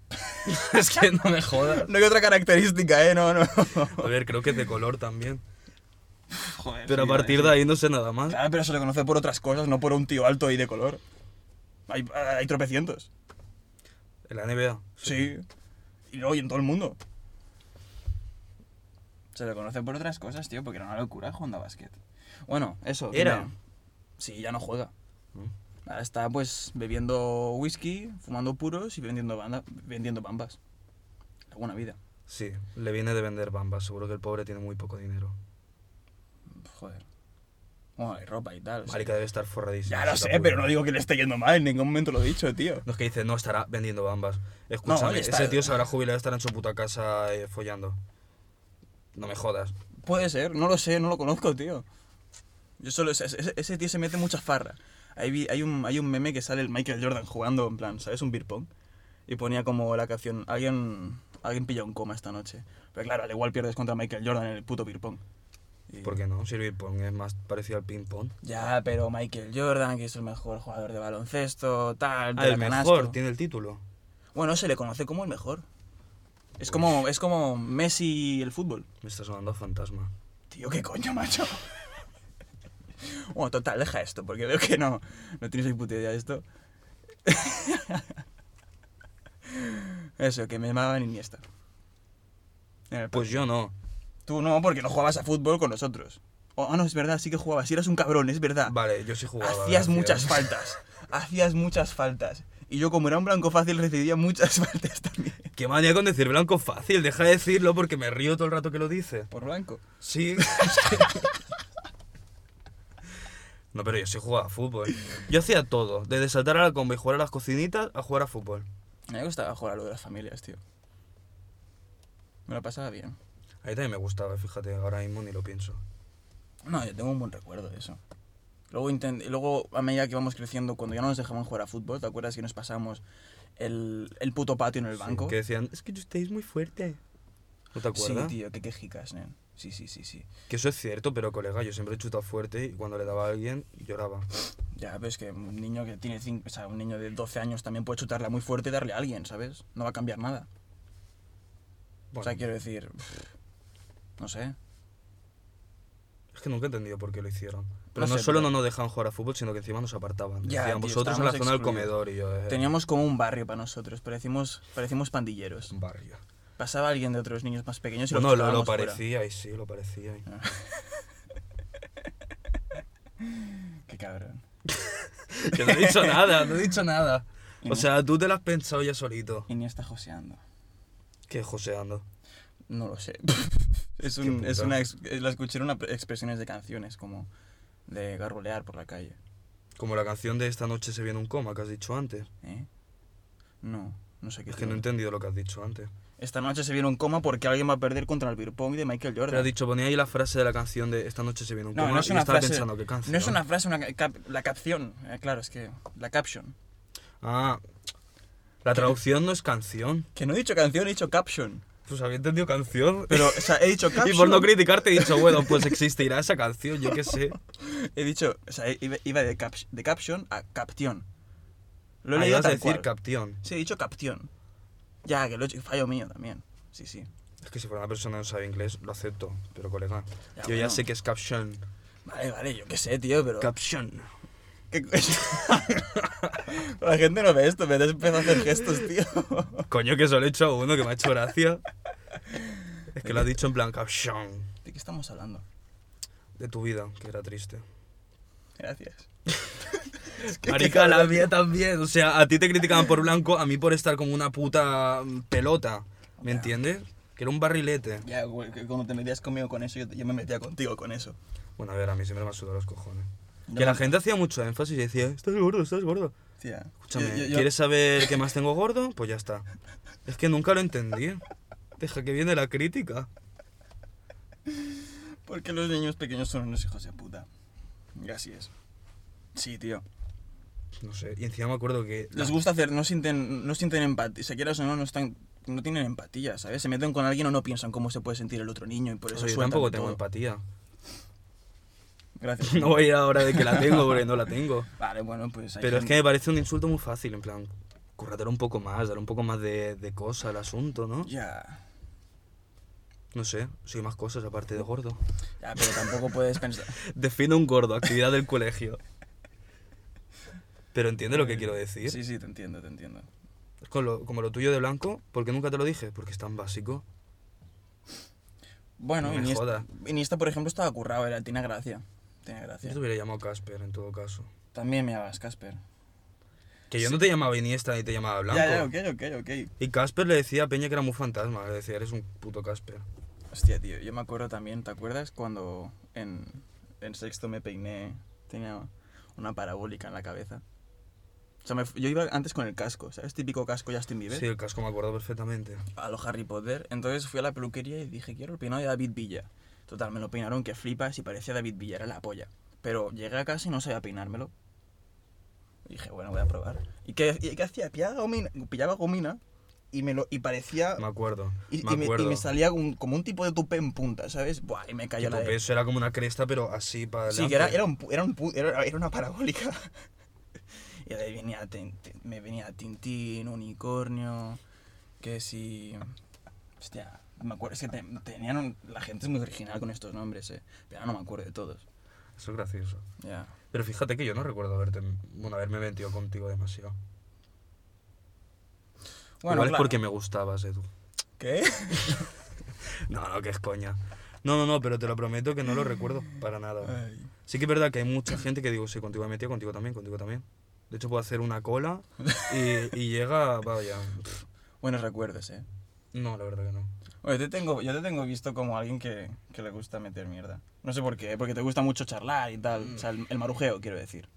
[LAUGHS] es que no me jodas. No hay otra característica, eh, no, no.
A ver, creo que es de color también.
Joder.
Pero a partir de ahí no sé nada más.
Claro, pero se le conoce por otras cosas, no por un tío alto y de color. Hay, hay tropecientos.
En la NBA.
Sí. Y no, y en todo el mundo. Se le conoce por otras cosas, tío, porque era una locura jugando a básquet. Bueno, eso. que
Era.
me- Sí, ya no juega.
Mm.
Ahora está, pues, bebiendo whisky, fumando puros y vendiendo, banda, vendiendo bambas. Alguna vida.
Sí, le viene de vender bambas. Seguro que el pobre tiene muy poco dinero.
Joder. Bueno, y ropa y tal. o sea.
Marica debe estar forradísimo.
Ya lo
se te
sé,
apura.
pero no digo que le esté yendo mal, en ningún momento lo he dicho, tío.
No es que dice, no estará vendiendo bambas. Escúchame,
está-
ese tío se habrá jubilado y estará en su puta casa eh, follando. No me jodas.
Puede ser, no lo sé, no lo conozco, tío. Yo solo sé- ese, ese tío se mete mucha farra. Ahí vi- hay, un, hay un meme que sale el Michael Jordan jugando, en plan, ¿sabes? Un beer pong. Y ponía como la canción, alguien, alguien pilla un coma esta noche. Pero claro, al igual pierdes contra Michael Jordan en el puto beer pong. Y-
¿Por qué no? Si el beer pong es más parecido al ping-pong.
Ya, pero Michael Jordan, que es el mejor jugador de baloncesto, tal, de
Ah,
la
el
canasta.
mejor, tiene el título.
Bueno, se le conoce como el mejor. Es como, es como Messi y el fútbol.
Me está sonando a fantasma.
Tío, qué coño, macho. [LAUGHS] Bueno, total, deja esto, porque veo que no, no tienes ni puta idea de esto. [LAUGHS] Eso, que me llamaban Iniesta. En el pa-
Pues yo no.
Tú no, porque no jugabas a fútbol con nosotros. Oh, ah, no, es verdad, sí que jugabas. Sí, eras un cabrón, es verdad.
Vale, yo sí jugaba.
Ah, Hacías
gracias.
muchas faltas. Hacías muchas faltas. Y yo, como era un blanco fácil, recibía muchas [LAUGHS] faltas también.
[LAUGHS] Qué manía con decir blanco fácil. Deja de decirlo porque me río todo el rato que lo dice.
Por blanco.
Sí. [LAUGHS] no, pero yo sí jugaba a fútbol. Yo hacía todo. Desde saltar a la comba y jugar a las cocinitas a jugar a fútbol.
Me gustaba jugar a lo de las familias, tío. Me lo pasaba bien.
A mí también me gustaba, fíjate, ahora mismo ni lo pienso.
No, yo tengo un buen recuerdo de eso. Luego, intent- y luego, a medida que íbamos creciendo, cuando ya no nos dejaban jugar a fútbol, ¿te acuerdas que nos pasamos el, el puto patio en el
Sí,
banco?
que decían, es que estáis muy fuerte. ¿No te
Sí,
acuerdas?
tío, qué quejicas, nen. Sí, sí, sí, sí.
que eso es cierto, pero colega, yo siempre he chutado fuerte y cuando le daba a alguien lloraba.
Ya, pero es que un niño que tiene cinco, o sea, un niño de 12 años también puede chutarla muy fuerte y darle a alguien, ¿sabes? No va a cambiar nada.
Bueno,
O sea, quiero decir, pff, no sé.
es que nunca he entendido por qué lo hicieron.
No
Pero no,
sé,
solo
pero-
no nos dejaban jugar a fútbol, sino que encima nos apartaban.
Ya,
decían,
tío,
vosotros en la
estábamos
zona del
excluidos.
comedor y yo, eh,
Teníamos como un barrio para nosotros, parecimos, parecimos pandilleros.
un barrio.
Pasaba alguien de otros niños más pequeños y
Bueno,
los
lo, lo
chutábamos fuera.
parecía y sí, lo
[LAUGHS]
parecía. y-
Qué cabrón.
que no he dicho nada, no he dicho nada. O
Iniesta-
sea, tú te lo has pensado ya solito.
Iniesta joseando.
Que joseando.
No lo
[LAUGHS]
sé. es,
Qué
un-
puta.
es una. ex- eh, la escuché en una pre- expresiones de canciones, como de garrolear por la calle.
Como la canción de Esta noche se viene un coma que has dicho antes.
¿Eh? No, no sé qué.
Es que no he
tiene.
entendido lo que has dicho antes.
Esta noche se viene un coma porque alguien va a perder contra el beer pong de Michael
Pero
Jordan.
has dicho, ponía ahí la frase de la canción de Esta noche se viene un
No,
coma
no es
y
una
estaba
frase-
pensando que canción.
no es una frase, una cap- la capción. eh, claro, es que. La caption.
Ah, la traducción no es canción.
Que no he dicho canción, he dicho caption.
Pues había entendido canción. [LAUGHS]
Pero, o sea, he dicho caption.
y por no criticarte he dicho, bueno, pues existirá esa canción, yo qué sé.
He dicho. O sea, iba, iba de, caps- de caption a caption. Lo he
Ahí
leído
vas a
tal
decir
cual.
captión.
Sí, he dicho capción. Ya, que lo he hecho, fallo mío también. Sí, sí.
Es que si fuera una persona que no sabe inglés, lo acepto. Pero colega,
Ya,
yo ya
bueno.
sé que es caption.
Vale, vale, yo qué sé, tío, pero...
Caption.
¿Qué co- [LAUGHS] La gente no ve esto, me empieza a hacer gestos, tío.
Coño, que solo he hecho a uno que me ha hecho gracia. es que lo has dicho en plan caption.
¿De qué estamos hablando?
De tu vida, que era triste.
Gracias. [LAUGHS]
Marica, la mía también. O sea, a ti te criticaban por blanco, a mí por estar como una puta mm, pelota. ¿Me
Ya.
entiendes? Que era un barrilete.
Ya, güey, que cuando te metías conmigo con eso, yo, yo me metía contigo con eso.
Bueno, a ver, a mí siempre me ha sudado los cojones.
Yo
Que la
me-
gente hacía mucho énfasis y decía, estás gordo, estás gordo.
Tía,
Escúchame,
yo- yo- yo-
¿quieres saber qué más tengo gordo? Pues ya está. Es que nunca lo entendí. Deja que viene la crítica.
Porque los niños pequeños son unos hijos de puta. Y así es. Sí, tío.
No sé, y encima me acuerdo que... la-
Les gusta hacer, no sienten, no sienten empatía. Si quieras o no, no, están, no tienen empatía, ¿sabes? Se meten con alguien o no piensan cómo se puede sentir el otro niño y por
o
eso
sea, yo
sueltan
tampoco tengo
todo.
empatía. [LAUGHS]
Gracias.
No voy a ir ahora de que la tengo porque no la tengo.
Vale, bueno, pues hay
Pero es que
gente-
me parece un insulto muy fácil, en plan, curratelo un poco más, dar un poco más de, de cosa al asunto, ¿no?
Ya,
No sé, soy más cosas aparte de gordo. [LAUGHS]
ya, pero tampoco puedes pensar...
Define un gordo, actividad del colegio. Pero entiende lo que quiero decir.
Eh, Sí, sí, te entiendo, te entiendo.
Es con lo- como lo tuyo de blanco, ¿por qué nunca te lo dije? Porque es tan básico.
Bueno,
No me
Iniesta,
joda.
Iniesta, por ejemplo, estaba currado, era, tiene gracia. Tiene
Yo
gracia.
te hubiera llamado Casper en todo caso.
También me llamabas Casper.
Que yo no te llamaba Iniesta ni te llamaba Blanco.
Ya, ya, ok, ok, ok.
Y Casper le decía a Peña que era muy fantasma. Le decía, eres un puto Casper.
Hostia, tío, yo me acuerdo también, ¿te acuerdas cuando en, en sexto me peiné? Tenía una parabólica en la cabeza. O sea, me fu- yo iba antes con el casco, ¿sabes? Típico casco Justin Bieber.
Sí, el casco me acuerdo perfectamente.
A los Harry Potter. Entonces fui a la peluquería y dije, quiero el peinado de David Villa. Total, me lo peinaron que flipas y parecía David Villa, era la polla. Pero llegué a casa y no sabía peinármelo. Y dije, bueno, voy a probar. ¿Y qué, y qué hacía? Pillaba gomina, pillaba gomina y, me lo, y parecía...
Me acuerdo.
Ah. Y,
me
y me, y
acuerdo.
me salía un- como un tipo de tupé en punta, ¿sabes? Buah, y me cayó
Tipo,
la de...
eso era como una cresta, pero así para adelante.
Sí, que era, era, un, pu- era, un pu- era, era una parabólica. [LAUGHS] y de ahí venía, Tin- Tin- me venía Tintín, Unicornio, que si... Hostia, me acuerdo, es que te- tenían... un- la gente es muy original con estos nombres, eh. Pero ahora no me acuerdo de todos.
Eso es gracioso.
Ya.
Pero fíjate que yo no recuerdo haberte, bueno, haberme metido contigo demasiado. Igual es
claro.
porque me gustabas, Edu.
¿Qué? [LAUGHS]
No, no, que es coña. No, no, no, pero te lo prometo que no lo recuerdo para nada.
Ay.
Sí que es verdad que hay mucha gente que digo, sí, contigo me he metido, contigo también, contigo también. De hecho, puedo hacer una cola y, y llega, vaya. pff,
Buenos recuerdos, eh.
No, la verdad que no.
Oye, te tengo, yo te tengo visto como alguien que, que le gusta meter mierda. No sé por qué, porque te gusta mucho charlar y tal. O sea, el, el marujeo, quiero decir.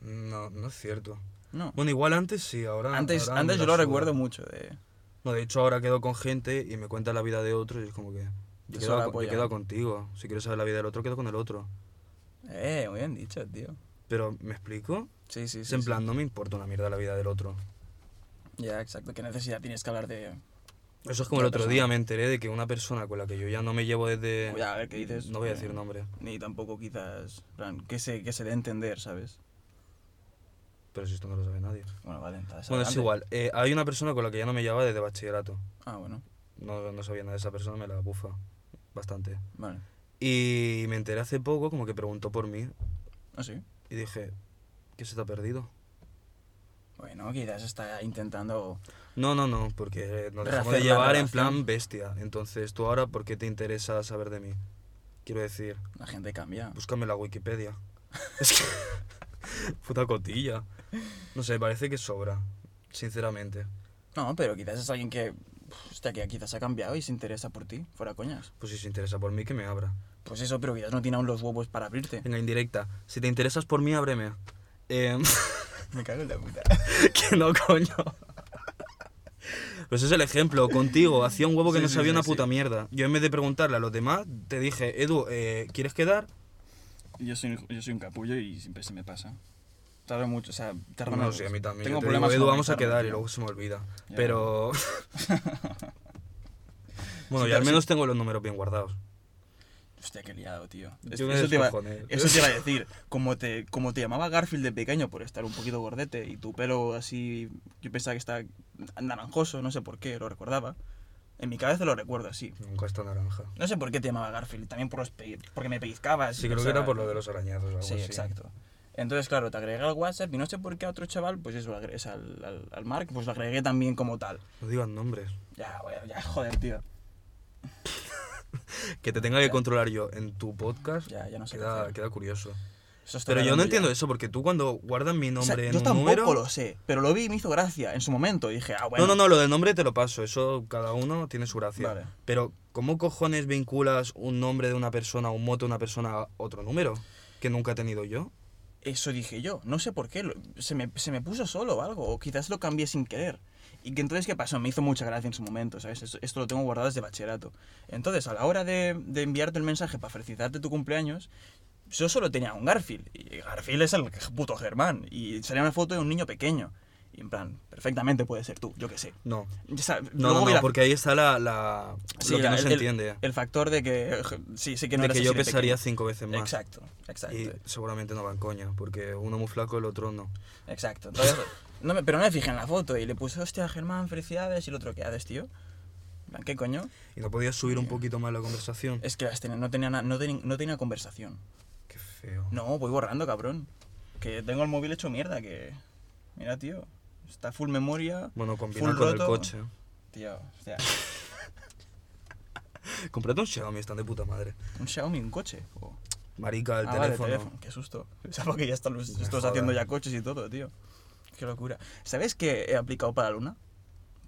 No, no es cierto.
No.
Bueno, igual antes sí, ahora.
antes
ahora
antes
me
yo
la
lo
suda.
recuerdo mucho de...
No, de hecho, ahora quedo con gente y me cuenta la vida de otro y es como que. Yo
Te
he
suda la
quedado con- yo
polla,
he quedado
¿no?
contigo. Si quieres saber la vida del otro, quedo con el otro.
Eh, muy bien dicho, tío.
Pero, ¿me explico?
Sí, sí,
Es
sí.
en
sí.
plan, no me importa una mierda la vida del otro.
Ya, exacto. ¿Qué necesidad tienes que hablar de...?
Eso es como
Otra
el otro
persona.
día me enteré de que una persona con la que yo ya no me llevo desde.
Oye, a ver, ¿qué dices?
No voy a
Eh,
decir nombre,
Ni tampoco quizás... plan, que se, que se dé a entender, ¿sabes?
pero si esto no lo sabe nadie.
Bueno, vale, entonces...
Bueno, es
adelante.
igual. eh, hay una persona con la que ya no me llevaba desde bachillerato.
Ah, bueno.
No, no sabía nada de esa persona, me la bufa bastante.
Vale.
Y me enteré hace poco, como que preguntó por mí.
¿Ah, sí?
Y dije, ¿qué se te ha perdido?
Bueno, quizás está intentando...
No, no, no, porque nos dejamos
Rehacer
de
la
llevar en
relación.
plan bestia. Entonces, tú ahora, ¿por qué te interesa saber de mí? Quiero decir,
La gente cambia.
búscame la Wikipedia. [LAUGHS] es que. Puta cotilla. No sé, parece que sobra, sinceramente.
No, pero quizás es alguien que... pf, Hostia, que quizás ha cambiado y se interesa por ti. Fuera coñas.
Pues si se interesa por mí, que me abra.
Pues eso, pero quizás no tiene aún los huevos para abrirte.
Venga, indirecta. Si te interesas por mí, ábreme. Em, [LAUGHS]
Me cago en la puta.
que no, coño. Pues es el ejemplo, contigo, hacía un huevo que
Sí,
no
sí, sí,
sabía una
sí.
puta mierda. Yo en vez de preguntarle a los demás, te dije, Edu, eh, ¿quieres quedar?
Yo soy, yo soy un capullo y siempre se me pasa. Tardo mucho, o sea, tardo
No,
menos.
sí, a mí también.
pues, Tengo
Yo te
problemas
digo,
con
Edu, vamos a
organizarme,
quedar y
tío.
luego se me olvida.
Ya. [LAUGHS]
Pero. bueno,
Sí,
ya al
pero
menos tengo los números bien guardados.
Hostia, qué liado, tío. Es-
Yo me
eso, te iba,
descojoné.
eso
[LAUGHS]
te iba a decir. Como te, como te llamaba Garfield de pequeño por estar un poquito gordete y tu pelo así, yo pensaba que está naranjoso, no sé por qué, lo recordaba. En mi cabeza lo recuerdo así.
Nunca está naranja.
No sé por qué te llamaba Garfield, también por los pe- porque me pellizcabas.
Sí,
y
creo que
pensaba-
era por lo de los arañazos o algo
Sí,
así.
exacto. Entonces, claro, te agregué al WhatsApp y no sé por qué a otro chaval, pues eso, lo agregué es al, al, al Mark, pues lo agregué también como tal.
No digan nombres.
Ya, bueno, ya, joder, tío.
Que te tenga que controlar yo en tu podcast
Ya, ya no sé. qué
queda,
hacer.
queda curioso.
Eso está
Pero yo
hablando
no
ya.
entiendo eso, porque tú cuando guardas mi
O sea,
nombre
yo
en un
tampoco
número...
lo sé, pero lo vi y me hizo gracia en su momento. Y dije, ah, bueno.
No, no, no, lo del nombre te lo paso, eso cada uno tiene su gracia.
Vale.
Pero, ¿cómo cojones vinculas un nombre de una persona, un moto de una persona a otro número? Que nunca he tenido yo.
Eso dije yo. No sé por qué. lo- se, me, se me puso solo o algo. O quizás lo cambié sin querer. Y que entonces, ¿qué pasó? Me hizo mucha gracia en su momento, ¿sabes? Esto, esto lo tengo guardado desde bachillerato. Entonces, a la hora de, de enviarte el mensaje para felicitarte tu cumpleaños, yo solo tenía un Garfield. Y Garfield es el puto Germán. Y salía una foto de un niño pequeño. Y en plan, perfectamente puede ser tú, yo qué sé.
No.
O sea,
No,
luego
no,
vi
no,
la-
porque ahí está la, la
sí,
lo que
la-
no
el-
se
el-
entiende.
El factor de que. [LAUGHS] Sí, sí que no
de
eres
que
así
yo
de
pesaría
pequeño.
cinco veces más.
Exacto, exacto.
Y seguramente no van coña, porque uno muy flaco, el otro no.
Exacto. Entonces, no me- pero no me fijé en la foto y le puse, hostia, Germán, felicidades y el otro, ¿qué haces, tío? En plan, ¿Qué coño?
Y no podías subir un poquito más la conversación.
Es que las tenía- no, tenía na- no, teni- no tenía conversación.
Qué feo.
No, voy borrando, cabrón. Que tengo el móvil hecho mierda, que... Mira, tío, está full memoria.
Bueno, combinado
Full
con el
roto.
coche.
Tío, hostia,
Comprate un Xiaomi, están de puta madre.
un Xiaomi, un coche. o-
Marica, el
Ah, vale,
teléfono.
Qué susto. Pensaba que ya están los,
Me
estos
jodas.
haciendo ya coches y todo, tío. Qué locura. ¿Sabes qué he aplicado para la luna?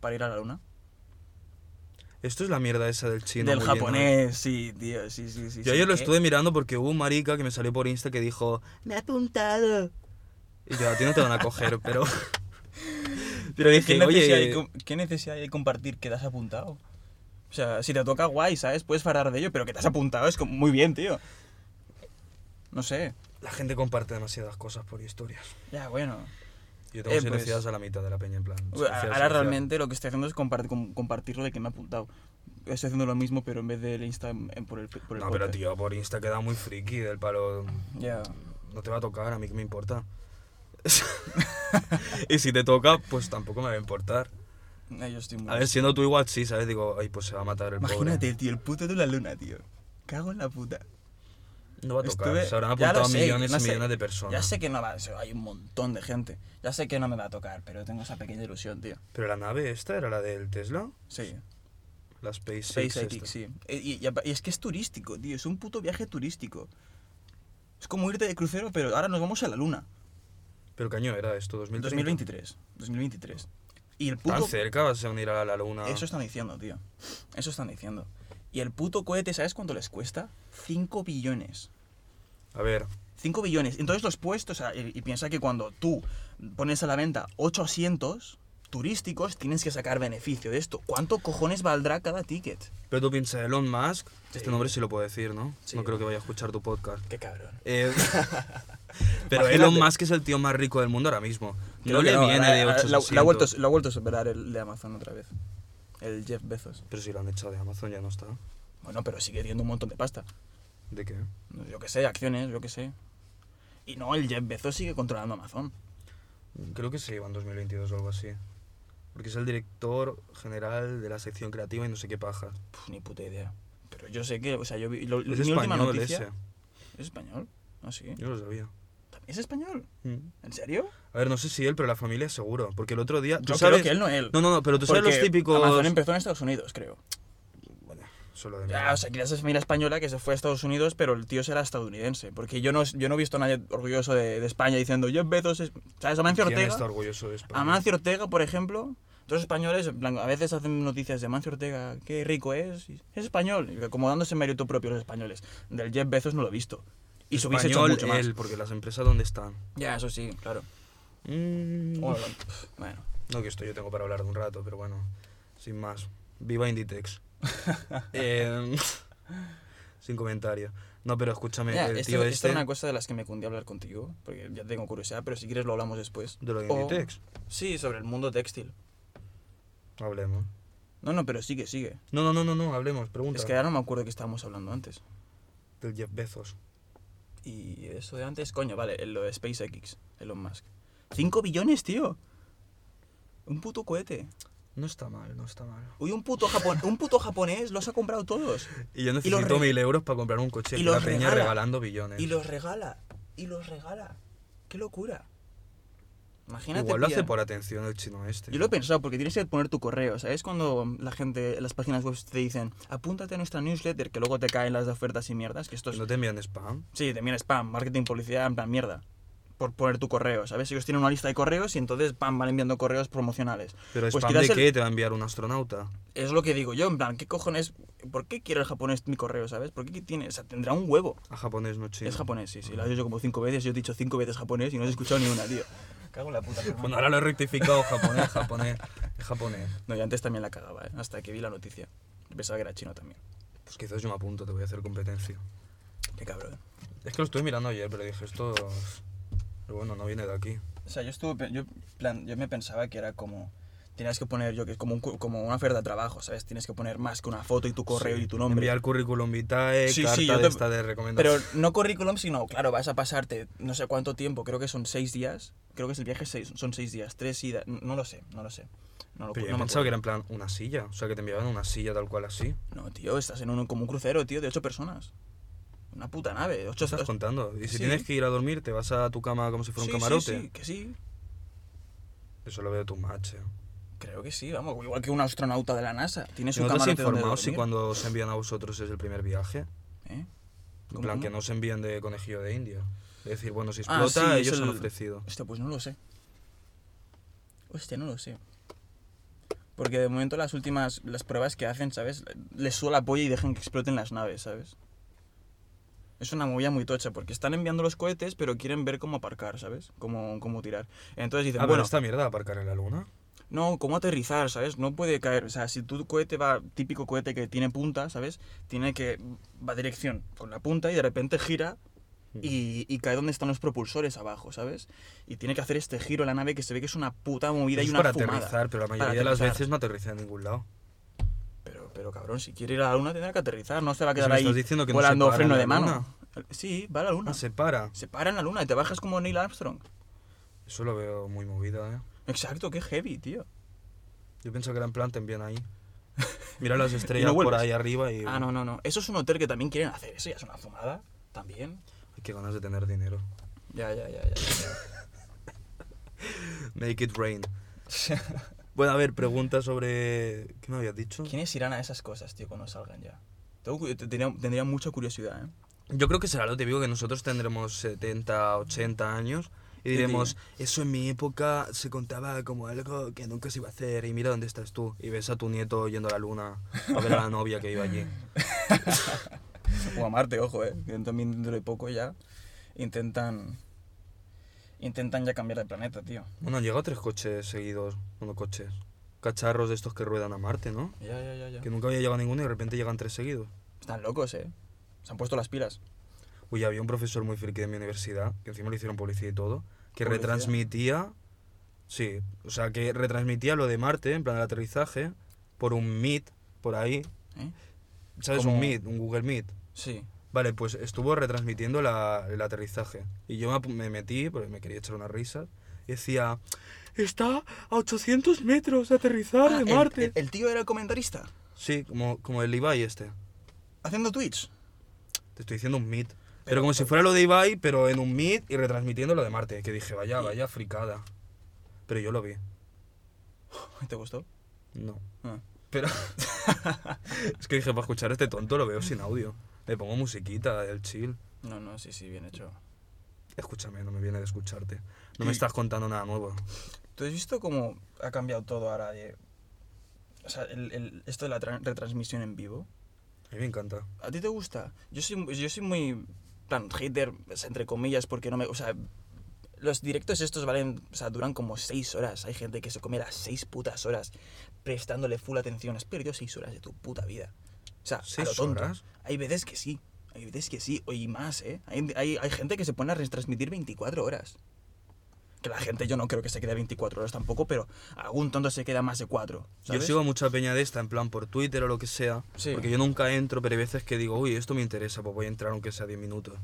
Para ir a la luna.
Esto es la mierda esa del chino.
Del
muy llena.
japonés, sí, tío, sí, sí, sí.
Yo
sí,
ayer lo
¿qué?
estuve mirando porque hubo un marica que me salió por Insta que dijo, me ha apuntado. Y yo, a ti no te van a coger,
[LAUGHS]
pero... [LAUGHS] pero
¿Qué
dije,
necesidad, hay,
oye,
com- qué necesidad hay de compartir que te has apuntado? O sea, si te toca guay, ¿sabes? Puedes farar de ello, pero que te has apuntado es como muy bien, tío. No sé.
la gente comparte demasiadas cosas por historias.
Ya, bueno.
Yo tengo
Eh, pues-
silenciadas a la mitad de la peña, en plan.
Ahora
silenciadas, silenciadas.
realmente lo que estoy haciendo es compart- com- compartirlo de que me he apuntado. Estoy haciendo lo mismo, pero en vez del Insta en- en- por el, por el
No, pero
podcast.
tío, por Insta queda muy friki del palo.
Ya.
No te va a tocar, a mí que
[LAUGHS]
me importa. y si te toca, pues tampoco me va a importar.
Eh, yo estoy muy-
A ver, siendo tú igual, sí, ¿sabes? Digo, ay, pues se va a matar el
Imagínate,
pobre.
tío, el puto de la luna, tío. Cago en la puta.
No va a tocar.
Estuve-
Se habrán
ya lo
apuntado
sé,
millones
no
y
sé.
millones de
Ya
personas.
sé que no va, hay un montón de gente. Ya sé que no me va a tocar, pero tengo esa pequeña ilusión, tío.
Pero la nave esta era la del Tesla,
Sí.
la SpaceX. esta.
SpaceX, sí. Y, y- y apa- y es que es turístico, tío. Es un puto viaje turístico. Es como irte de crucero, pero ahora nos vamos a la luna.
Pero qué año era esto, 2030.
2023. 2023. Y el
Tan
puto...
cerca vas a unir a la luna.
Eso están diciendo, tío. Eso están diciendo. Y el puto cohete, ¿sabes cuánto les cuesta? 5 billones.
A ver,
5 billones. Entonces los puestos, o sea, y, y piensa que cuando tú pones a la venta 8 asientos turísticos, tienes que sacar beneficio de esto. ¿Cuánto cojones valdrá cada ticket?
pero tú piensas, Elon Musk,
Sí.
este nombre sí lo puedo decir, ¿no?
Sí.
No creo que vaya a escuchar tu podcast.
Qué cabrón. [LAUGHS]
Eh, pero
Imagínate.
Elon Musk es el tío más rico del mundo ahora mismo.
Creo
No le
que no,
viene
la-
de
la-
8
la- la ha vuelto, la ha vuelto a superar el de Amazon otra vez. El Jeff Bezos.
Pero si lo han echado de Amazon ya no está.
Bueno, pero sigue teniendo un montón de pasta.
¿De qué?
Yo que sé, acciones, yo que sé. Y no, el Jeff Bezos sigue controlando Amazon.
Creo que se iba en 2022 o algo así. Porque es el director general de la sección creativa y no sé qué paja.
Puf, ni puta idea. Pero yo sé que, o sea, yo vi. Lo, lo-
Es
mi última
español
noticia.
ese.
¿Es español? Ah, sí.
Yo lo sabía.
¿También es español?
Mm.
¿En serio?
A ver, no sé si él, pero la familia seguro. Porque el otro día. ¿tú
Yo
sabes?
creo que él no él.
No, no, no, pero tú sabes
Porque
los típicos.
Amazon empezó en Estados Unidos, creo.
Solo de
Ya,
mierda.
o sea, quizás es familia española que se fue a Estados Unidos, pero el tío será estadounidense. Porque yo no, yo no he visto a nadie orgulloso de, de España diciendo, yo Bezos es... ¿Sabes? Amancio
¿Quién
Ortega.
está orgulloso de España?
Amancio Ortega, por ejemplo. Dos españoles, en plan, a veces hacen noticias de Amancio Ortega, qué rico es. y Es español. y Como dándose mérito propio los españoles. Del Jeff Bezos no lo he visto. Y su hubiese hecho
español,
mucho más.
él, porque las empresas, ¿dónde están?
Ya, eso sí, claro.
Mm.
Bueno, lo- pf, bueno.
No, que esto yo tengo para hablar de un rato, pero bueno, sin más.
[LAUGHS]
Viva Inditex. Eh, sin comentario. No, pero escúchame,
Ya,
el
esta-
tío
esta
este
es una cosa de las que me cundía hablar contigo, porque ya tengo curiosidad, pero si quieres lo hablamos después.
de lo de
o-
Inditex.
Sí, sobre el mundo textil.
Hablemos.
No, no, pero sigue, sigue.
No, no, no, no, no, hablemos, pregunta.
Es que ahora no me acuerdo que estábamos hablando antes.
del Jeff Bezos.
Y eso de antes, coño, vale, lo de SpaceX, Elon Musk. 5 billones, tío. Un puto cohete.
No está mal, no está mal.
Uy, un puto, japon- un puto japonés los ha comprado todos.
Y yo
Y los
necesito
re-
mil euros para comprar un coche
y
y
los
la peña
regala.
regalando billones.
Y los regala. Y los regala. Qué locura. Imagínate.
Igual lo hace
pillar.
por atención el chino este.
Yo lo he pensado, porque tienes que poner tu correo. ¿Sabes cuando la gente, las páginas web te dicen, apúntate a nuestra newsletter, que luego te caen las de ofertas y mierdas? Que esto es.
¿No te envían spam?
Sí, también spam, marketing, publicidad, en plan mierda. Por poner tu correo, ¿sabes? Ellos tienen una lista de correos y entonces, pam, van enviando correos promocionales.
¿Pero
Pues
spam
quizás
de
el-
qué? ¿Te va a enviar un astronauta?
Es lo que digo yo, en plan, ¿qué cojones? ¿Por qué quiere el japonés mi correo, sabes? ¿Por qué tiene? O sea, tendrá un huevo.
A japonés, no chino.
Es japonés, sí, sí. Lo he dicho como cinco veces, yo he dicho cinco veces japonés y no he escuchado ni una, tío. [LAUGHS] Cago en la puta.
Bueno, ahora lo he rectificado, japonés, japonés, es japonés.
No, y antes también la cagaba, ¿eh? hasta que vi la noticia. Pensaba que era chino también.
Pues quizás yo me apunto, te voy a hacer competencia.
Qué cabrón.
Es que lo estuve mirando ayer, pero dije, esto... es- Pero bueno, no viene de aquí.
O sea, yo estuve, pe- yo, plan, yo me pensaba que era como, tenías que poner, yo que es como, un cu- como una oferta de trabajo, ¿sabes? Tienes que poner más que una foto y tu correo
Sí.
y tu nombre.
Enviar currículum vitae,
Sí, sí,
carta
yo
de
te-
esta de
Pero
recomendación.
no currículum, sino, claro, vas a pasarte no sé cuánto tiempo, creo que son seis días. Creo que es el viaje seis, son seis días, tres idas, no lo sé, no lo sé. No lo
Pero
cu-
yo
no me
pensaba que
acuerdo.
era en plan una silla, o sea, que te enviaban una silla tal cual así.
No, tío, estás en un, como un crucero, tío, de ocho personas. Una puta nave, ocho...
¿Qué estás contando? Y si
Pues, Sí.
tienes que ir a dormir, te vas a tu cama como si fuera
Sí,
un
sí,
camarote.
sí, que sí.
Eso lo veo tu macho.
Creo que sí, vamos, igual que un astronauta de la NASA. Tienes un
¿No te has
camarote donde
informado si
dormir,
cuando os envían a vosotros es el primer viaje?
¿eh?
En
¿Cómo,
plan,
cómo?
que no se envían de conejillo de India. Es decir, bueno, si
Ah,
explota,
sí, es
ellos han
el-
ofrecido.
Hostia, pues no lo sé. Hostia, no lo sé. Porque de momento las últimas, las pruebas que hacen, ¿sabes? Les suda la polla y dejan que exploten las naves, ¿sabes? Es una movida muy tocha, porque están enviando los cohetes, pero quieren ver cómo aparcar, ¿sabes? Cómo, cómo tirar. Entonces dicen,
Ah, bueno,
bueno,
esta mierda de aparcar en la luna.
no, cómo aterrizar, ¿sabes? No puede caer. O sea, si tu cohete va, típico cohete que tiene punta, ¿sabes? Tiene que, va dirección con la punta y de repente gira y, y cae donde están los propulsores abajo, ¿sabes? Y tiene que hacer este giro la nave que se ve que es una puta movida
Eso
y
es
una
para
fumada.
aterrizar, pero la
Para
mayoría de las
aterrizar.
veces no aterriza en ningún lado.
Pero, pero cabrón, si quiere ir a la luna tendrá que aterrizar, no se va a
Eso
quedar
me
ahí
estás diciendo que no se
volando
para en
freno
la
de mano.
luna.
Sí, va a la luna.
Ah,
se...
se para.
para en la luna y te bajas como Neil Armstrong.
Eso lo veo muy movida, ¿eh?
Exacto, qué heavy, tío.
Yo pienso que era en plan, te envían ahí.
[LAUGHS]
Mira las estrellas por
vuelves.
ahí arriba y...
Ah, no, no, no. Eso es un hotel que también quieren hacer. Eso ya es una fumada. También.
Ay, Qué ganas de tener dinero.
Ya, ya, ya, ya.
[LAUGHS] Make it rain. bueno, a ver, pregunta sobre... ¿Qué me habías dicho?
¿Quiénes irán a esas cosas, tío, cuando salgan ya? Tengo cu- tendría, tendría mucha curiosidad, ¿eh?
Yo creo que será lo típico que nosotros tendremos 70, 80 años y diremos, eso en mi época se contaba como algo que nunca se iba a hacer y mira dónde estás tú. Y ves a tu nieto yendo a la luna a ver a la novia que iba allí.
O a Marte, ojo, ¿eh? Que También dentro de poco ya intentan... Intentan ya cambiar de planeta, tío.
Bueno, han llegado tres coches seguidos, bueno, coches, cacharros de estos que ruedan a Marte, ¿no?
Ya, ya, ya, ya.
Que nunca había llegado ninguno y de repente llegan tres seguidos.
Están locos, ¿eh? Se han puesto las pilas.
Uy, había un profesor muy friki de mi universidad, que encima le hicieron publicidad y todo, que
¿Publicidad?
retransmitía, sí, o sea, que retransmitía lo de Marte, en plan el aterrizaje, por un Meet, por ahí.
¿Eh?
¿Sabes?
Como-
Un Meet, un Google Meet.
Sí.
Vale, pues estuvo retransmitiendo la- el aterrizaje. Y yo me, apu- me metí, porque me quería echar unas risas, y decía, está a 800 metros de aterrizar
Ah,
de
el-
Marte.
El, el tío era el comentarista.
Sí, como, como el Ibai este.
Haciendo tweets. [LAUGHS]
Te estoy diciendo un Meet.
Pero-
Pero como si fuera lo de Ibai, pero en un Meet y retransmitiendo lo de Marte. Que dije, vaya,
Y-
vaya fricada. Pero yo lo vi.
¿Te gustó?
No.
Ah.
Pero. [LAUGHS] es que dije, para escuchar a este tonto lo veo sin audio. Le pongo musiquita, el chill.
No, no, sí, sí, bien hecho.
Escúchame, no me viene de escucharte. No
Y-
me estás contando nada nuevo.
¿Tú has visto cómo ha cambiado todo ahora de... O sea, el- el- esto de la tra- retransmisión en vivo?
A mí me encanta.
¿A ti te gusta? Yo soy, yo soy muy, plan, hater, o sea, entre comillas, porque no me... O sea, los directos estos valen, o sea, duran como seis horas. Hay gente que se come las seis putas horas prestándole full atención. Has perdido seis horas de tu puta vida. O sea, a lo
¿Seis
tonto.
horas?
Hay veces que sí. Hay veces que sí, o y más, ¿eh? Hay, hay, hay gente que se pone a retransmitir 24 horas. Que la gente yo no creo que se quede 24 horas tampoco, pero algún tonto se queda más de 4.
Yo sigo mucha peña de esta, en plan por Twitter o lo que sea,
Sí.
porque yo nunca entro, pero hay veces que digo, uy, esto me interesa, pues voy a entrar aunque sea 10 minutos.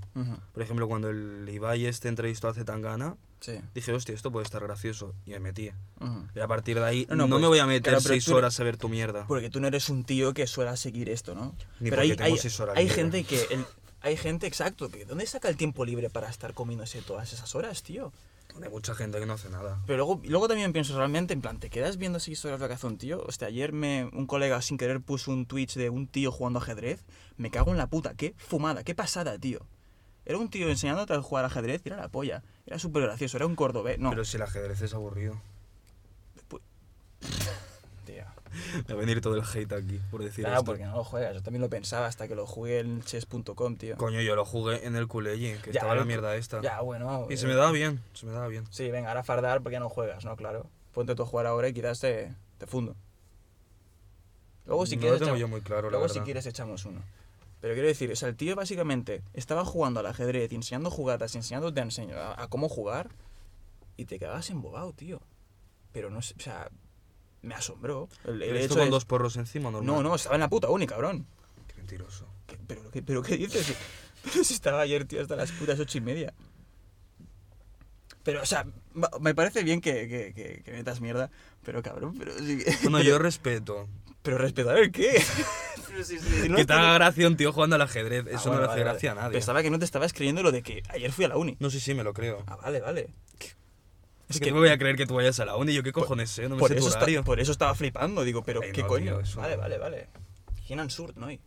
Por ejemplo, cuando el Ibai este entrevistó a Zetangana,
Sí.
dije, hostia, esto puede estar gracioso, y me metí.
ujú.
Y a partir de ahí,
No,
no,
no, pues,
me voy a meter
claro, pero
6
tú-
horas a ver tu mierda.
Porque tú no eres un tío que suele seguir esto, ¿no?
Ni
Pero
porque
hay,
tengo
hay,
seis horas
hay
libres.
gente que...
[LAUGHS]
el- hay gente, exacto, que ¿dónde saca el tiempo libre para estar comiéndose todas esas horas, tío?
Hay mucha gente que no hace nada.
Pero luego, luego también pienso realmente, en plan, ¿te quedas viendo así historias de un tío? Hostia, ayer me, un colega sin querer puso un Twitch de un tío jugando ajedrez. Me cago en la puta, qué fumada, qué pasada, tío. Era un tío enseñándote a jugar ajedrez y era la polla. Era súper gracioso, era un cordobés. No,
Pero si el ajedrez es aburrido. [LAUGHS]
tío.
Va a venir todo el hate aquí por decir
Claro,
esto.
porque no lo juegas. Yo también lo pensaba hasta que lo jugué en chess.com, tío.
Coño, yo lo jugué en el culelle, que
Ya,
estaba la
loco.
mierda esta.
Ya, bueno.
Y
eh,
se me daba bien, se me daba bien.
Sí, venga, ahora fardar porque ya no juegas, ¿no? Claro. Ponte tú a jugar ahora y quizás te, te fundo. Luego, si
no
quieres,
lo tengo
echa-
yo muy claro, la
Luego
verdad.
si quieres echamos uno. Pero quiero decir, o sea, el tío básicamente estaba jugando al ajedrez, enseñando jugadas, enseñándote a, enseñ- a, a cómo jugar y te quedabas embobado, tío. Pero no sé, o sea, me asombró. El, el
Pero
hecho
esto con
de-
dos porros encima, normal.
No, no, estaba en la puta uni, cabrón.
Qué [LAUGHS] mentiroso.
¿Qué- pero, qué, ¿Pero qué dices? Pero si estaba ayer, tío, hasta las putas ocho y media. Pero, o sea, va- me parece bien que, que, que, que metas mierda, pero cabrón, [LAUGHS] pero sí que-
Bueno, yo respeto.
¿Pero respetar el qué? [LAUGHS] No
que te
estás-
haga gracia un tío jugando al ajedrez. Eso
Ah, bueno,
no le hace
vale, vale.
gracia a nadie.
Pensaba que no te estabas creyendo lo de que ayer fui a la uni.
No, sí, sí, me lo creo.
Ah, vale, vale.
Es que no me voy a creer que tú vayas a la uni. Yo qué cojones sé, no me
por,
sé tu
eso esta-
horario.
por eso estaba flipando, digo, pero
Ay,
qué
no,
coño.
tío, eso
vale,
no.
vale, vale. Hinan Surt, ¿no? Y-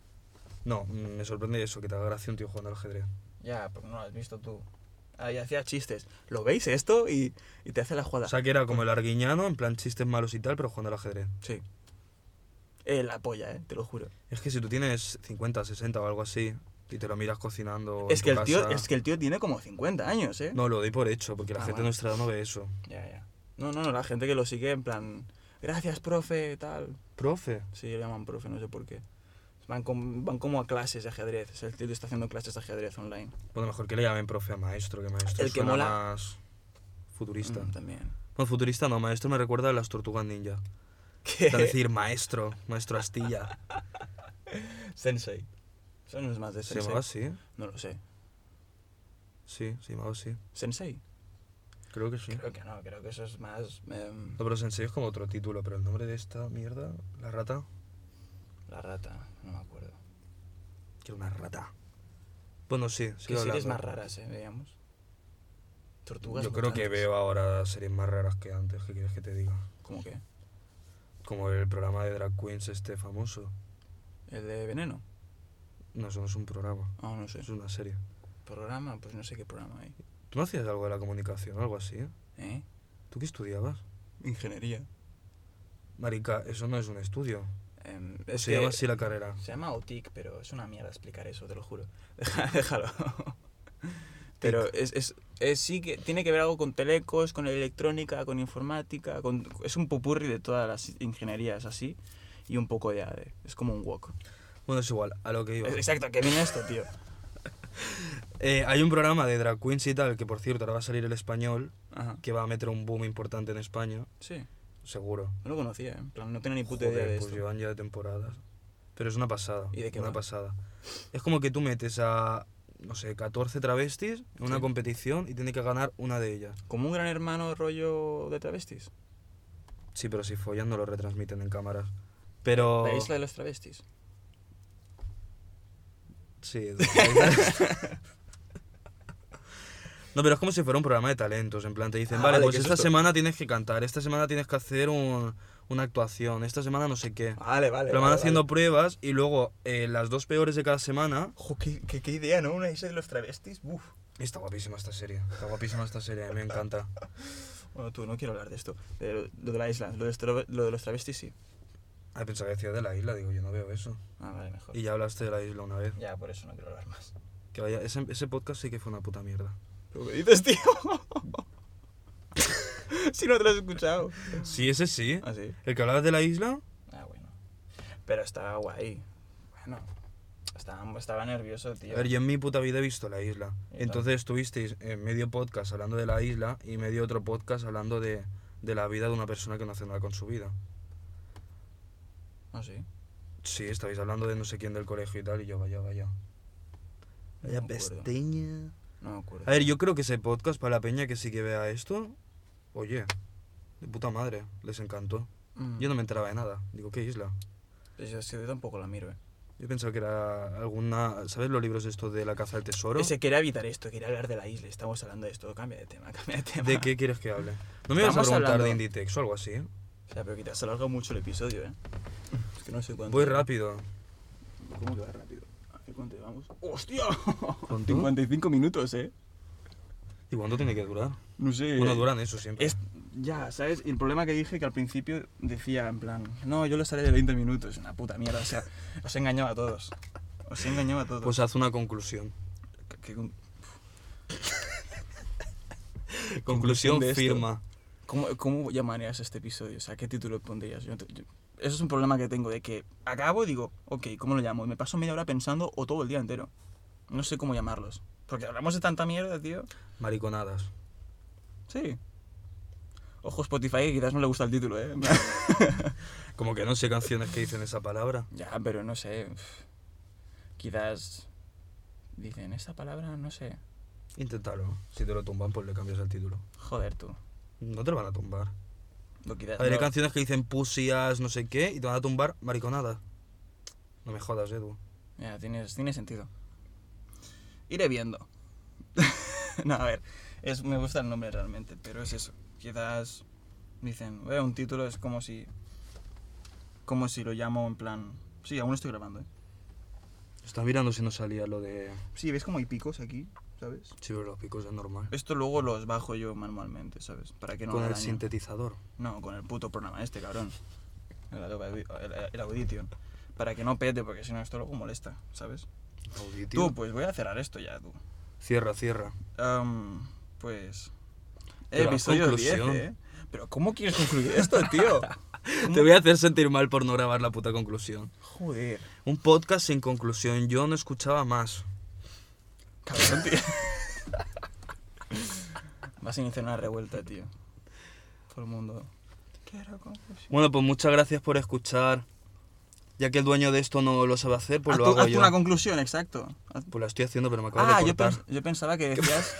No, mm, me sorprende eso, que te haga gracia un tío jugando al ajedrez.
Ya, porque no lo has visto tú. Ah, y hacía chistes. ¿Lo veis esto? Y, y te hace la jugada.
O sea, que era como el arguiñano, en plan chistes malos y tal, pero jugando al ajedrez.
sí. Eh, la polla, eh, te lo juro.
Es que si tú tienes 50, 60 o algo así, y te lo miras cocinando.
Es
en
que,
tu
el tío,
casa-
es que el tío tiene como 50 años, ¿eh?
No, lo doy por hecho, porque
Ah,
la gente
vale.
de nuestra edad no ve eso.
Ya, ya. No, no, no, la gente que lo sigue en plan, gracias, profe, tal.
Profe.
Sí, le llaman profe, no sé por qué. Van, com- van como a clases de ajedrez. O sea, el tío está haciendo clases de ajedrez online.
Bueno, mejor que le llamen profe a maestro, que maestro
El que
suena
mola.
más futurista.
Mm,
[LAUGHS]
también.
No, futurista no, maestro me recuerda a las
[LAUGHS]
tortugas ninja.
¿Qué?
Es decir, maestro, maestro astilla.
Sensei. Eso no es más de
¿Se
sensei.
llamaba así?
No lo sé.
Sí, se llamaba así.
¿Sensei?
Creo que sí.
Creo que no, creo que eso es más. em,
No, pero Sensei es como otro título, pero el nombre de esta mierda, la rata,
la rata, no me acuerdo.
que era una rata. Bueno, sí, sigo
¿Qué series
hablando.
más raras, eh? Veíamos. Tortugas.
Yo creo que
mutantes.
veo ahora series más raras que antes, ¿qué quieres que te diga?
¿Cómo qué?
Como el programa de Drag Queens este famoso.
¿El de Veneno?
No, eso no es un programa,
Ah, no sé.
es una serie.
¿Programa? Pues no sé qué programa hay.
¿Tú no hacías algo de la comunicación o algo así? eh?
¿Eh?
¿Tú qué estudiabas?
Ingeniería.
Marica, eso no es un estudio.
Em,
O
es
se
que-
llama así la carrera.
Se llama OTIC, pero es una mierda explicar eso, te lo juro. [LAUGHS] Deja- Déjalo. Pero es, es, es- sí que tiene que ver algo con telecos, con electrónica, con informática, con, es un popurri de todas las ingenierías así y un poco de ADE. Es como un wok.
Bueno, es igual, a lo que iba.
Es- Exacto, que viene esto, tío.
Eh, hay un programa de drag queens y tal, que por cierto ahora va a salir el español,
Ajá.
que va a meter un boom importante en España,
Sí,
seguro.
no lo conocía, ¿eh? en plan, no tenía ni puta idea
Joder,
de
pues
esto.
llevan ya temporadas. Pero es una pasada.
¿Y de qué
Una
va?
pasada. Es como que tú metes a, no sé, 14 travestis en una
Sí.
competición y tiene que ganar una de ellas.
Como un gran hermano rollo de travestis.
Sí, pero si follan no lo retransmiten en cámaras. Pero...
La isla de los travestis.
Sí. [LAUGHS] No, pero es como si fuera un programa de talentos. En plan, te dicen,
Ah,
vale,
vale,
pues
¿qué es
esta
esto?
semana tienes que cantar, esta semana tienes que hacer un- una actuación, esta semana no sé qué.
Vale, Ah, vale.
Pero van
vale,
haciendo
vale.
pruebas y luego eh, las dos peores de cada semana.
Jo, qué, qué- qué idea, ¿no? Una isla de los travestis. Uf.
Está guapísima esta serie. Está guapísima esta serie, a mí me encanta.
Bueno, tú, no quiero hablar de esto. De lo, lo de la isla. Lo de, los tra- lo de los travestis, sí.
Ah, pensaba que decía de la isla, digo, yo no veo eso.
Ah, vale, mejor.
Y ya hablaste de la isla una vez.
Ya, por eso no quiero hablar más.
Que vaya, ese, ese podcast sí que fue una puta mierda.
¿Pero qué dices, tío? [LAUGHS] si no te lo has escuchado.
Sí, ese sí.
Ah, sí.
El que hablabas de la isla,
Ah, bueno. Pero estaba guay. Bueno. Estaba, estaba nervioso, tío.
A ver, yo en mi puta vida he visto la isla.
Yo
Entonces estuvisteis en medio podcast hablando de la isla y medio otro podcast hablando de, de la vida de una persona que no hace nada con su vida.
Ah, sí.
Sí, estabais hablando de no sé quién del colegio y tal, y yo, vaya, vaya.
Vaya No me acuerdo.
pesteña.
No me acuerdo.
A ver, yo creo que ese podcast para la peña que sí que vea esto, oye, de puta madre, les encantó.
Mm.
Yo no me enteraba de nada. Digo, ¿qué isla?
Pues es que yo tampoco la miro, eh.
Yo pensaba que era alguna. ¿Sabes los libros estos de la caza del tesoro?
Ese quería evitar esto, quería hablar de la isla. Estamos hablando de esto. Cambia de tema, [LAUGHS] cambia de tema.
¿De qué quieres que hable? No me ibas a
Estamos
preguntar
hablando-
de Inditex o algo así. ¿eh?
O sea, pero que te has alargado mucho el episodio, eh. Es que no sé cuánto.
Voy rápido.
¿Cómo que va rápido? A ver cuánto llevamos. ¡Hostia!
¿Cuánto?
55 minutos, eh.
¿Y cuánto tiene que durar?
No sé.
Bueno, duran eso siempre.
Es, ya, ¿sabes? Y el problema que dije que al principio decía en plan, no, yo lo haré de 20 minutos, una puta mierda, o sea, os he engañado a todos. Os he engañado a todos.
Pues haz una conclusión.
Que- que un-
Conclusión
de esto.
firma.
¿cómo, ¿Cómo llamarías este episodio? O sea, ¿qué título pondrías? Yo no te- yo- eso es un problema que tengo, de que acabo y digo, ok, ¿cómo lo llamo? Y me paso media hora pensando o todo el día entero. No sé cómo llamarlos. Porque hablamos de tanta mierda, tío.
Mariconadas.
Sí. Ojo Spotify, que quizás no le gusta el título, ¿eh?
Como que no sé canciones que dicen esa palabra.
Ya, pero no sé. pf, Quizás dicen esta palabra, no sé.
Inténtalo. Si te lo tumban, pues le cambias el título.
Joder tú.
No te lo van a tumbar.
No, quizás
A ver, hay
no.
canciones que dicen pusías, no sé qué, y te van a tumbar mariconadas. No me jodas, Edu.
Ya, tienes- tiene sentido. Iré viendo. [LAUGHS] no, a ver. Es, me gusta el nombre realmente, pero es eso. Quizás dicen, "Eh, un título es como si. Como si lo llamo en plan. Sí, aún estoy grabando, ¿eh?
Estaba mirando si no salía lo de.
Sí, ¿ves como hay picos aquí? ¿Sabes?
Sí, pero los picos es normal.
Esto luego los bajo yo manualmente, ¿sabes? Para que no
Con
haga
el
daño.
sintetizador.
No, con el puto programa este, cabrón. El, Adobe Audi- el- el Audition. Para que no pete, porque si no esto luego molesta, ¿sabes?
Auditivo.
Tú, pues voy a cerrar esto ya, tú.
Cierra, cierra.
Am, pues...
Pero haz
episodio 10,
conclusión.
¿eh? Pero ¿cómo quieres concluir esto,
[LAUGHS]
tío?
Te voy a hacer sentir mal por no grabar la puta conclusión.
Joder.
Un podcast sin conclusión. Yo no escuchaba más.
Cabrón, tío. [LAUGHS] Vas a iniciar una revuelta, tío. Todo el mundo... Quiero conclusión.
Bueno, pues muchas gracias por escuchar. Ya que el dueño de esto no lo sabe hacer, pues
haz
lo
tú-
hago
haz tú
yo.
una conclusión, exacto. Haz-
Pues la estoy haciendo, pero me acabo
Ah,
de
yo,
cortar.
pens- yo pensaba que
[LAUGHS]
decías.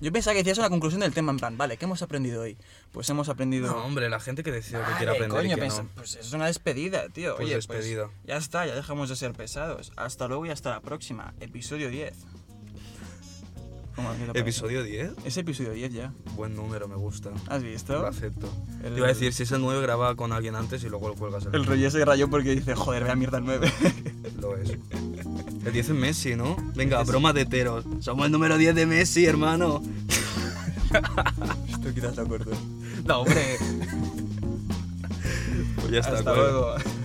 Yo pensaba que decías una conclusión del tema, en plan, vale, ¿qué hemos aprendido hoy? Pues hemos aprendido.
No, hombre, la gente que decide
Vale,
que quiere aprender
coño,
y que
pensa-
no.
Pues es una despedida, tío.
Pues
Oye,
despedida.
pues ya está, ya dejamos de ser pesados. Hasta luego y hasta la próxima. Episodio 10. ¿Cómo que te parece?
Episodio 10.
Es episodio 10 ya.
Buen número, me gusta.
¿Has
Lo
visto?
acepto. Te
El-
iba a decir, si es el 9, graba con alguien antes y luego lo cuelgas el
El rey se rayó porque dice, joder, vea mierda el [LAUGHS] 9.
Lo es. El 10 es Messi, ¿no? Venga, broma de teros. Somos el número 10 de Messi, hermano.
Esto quizás te acuerdo.
No, hombre. pues ya está,
hasta
colega.
luego.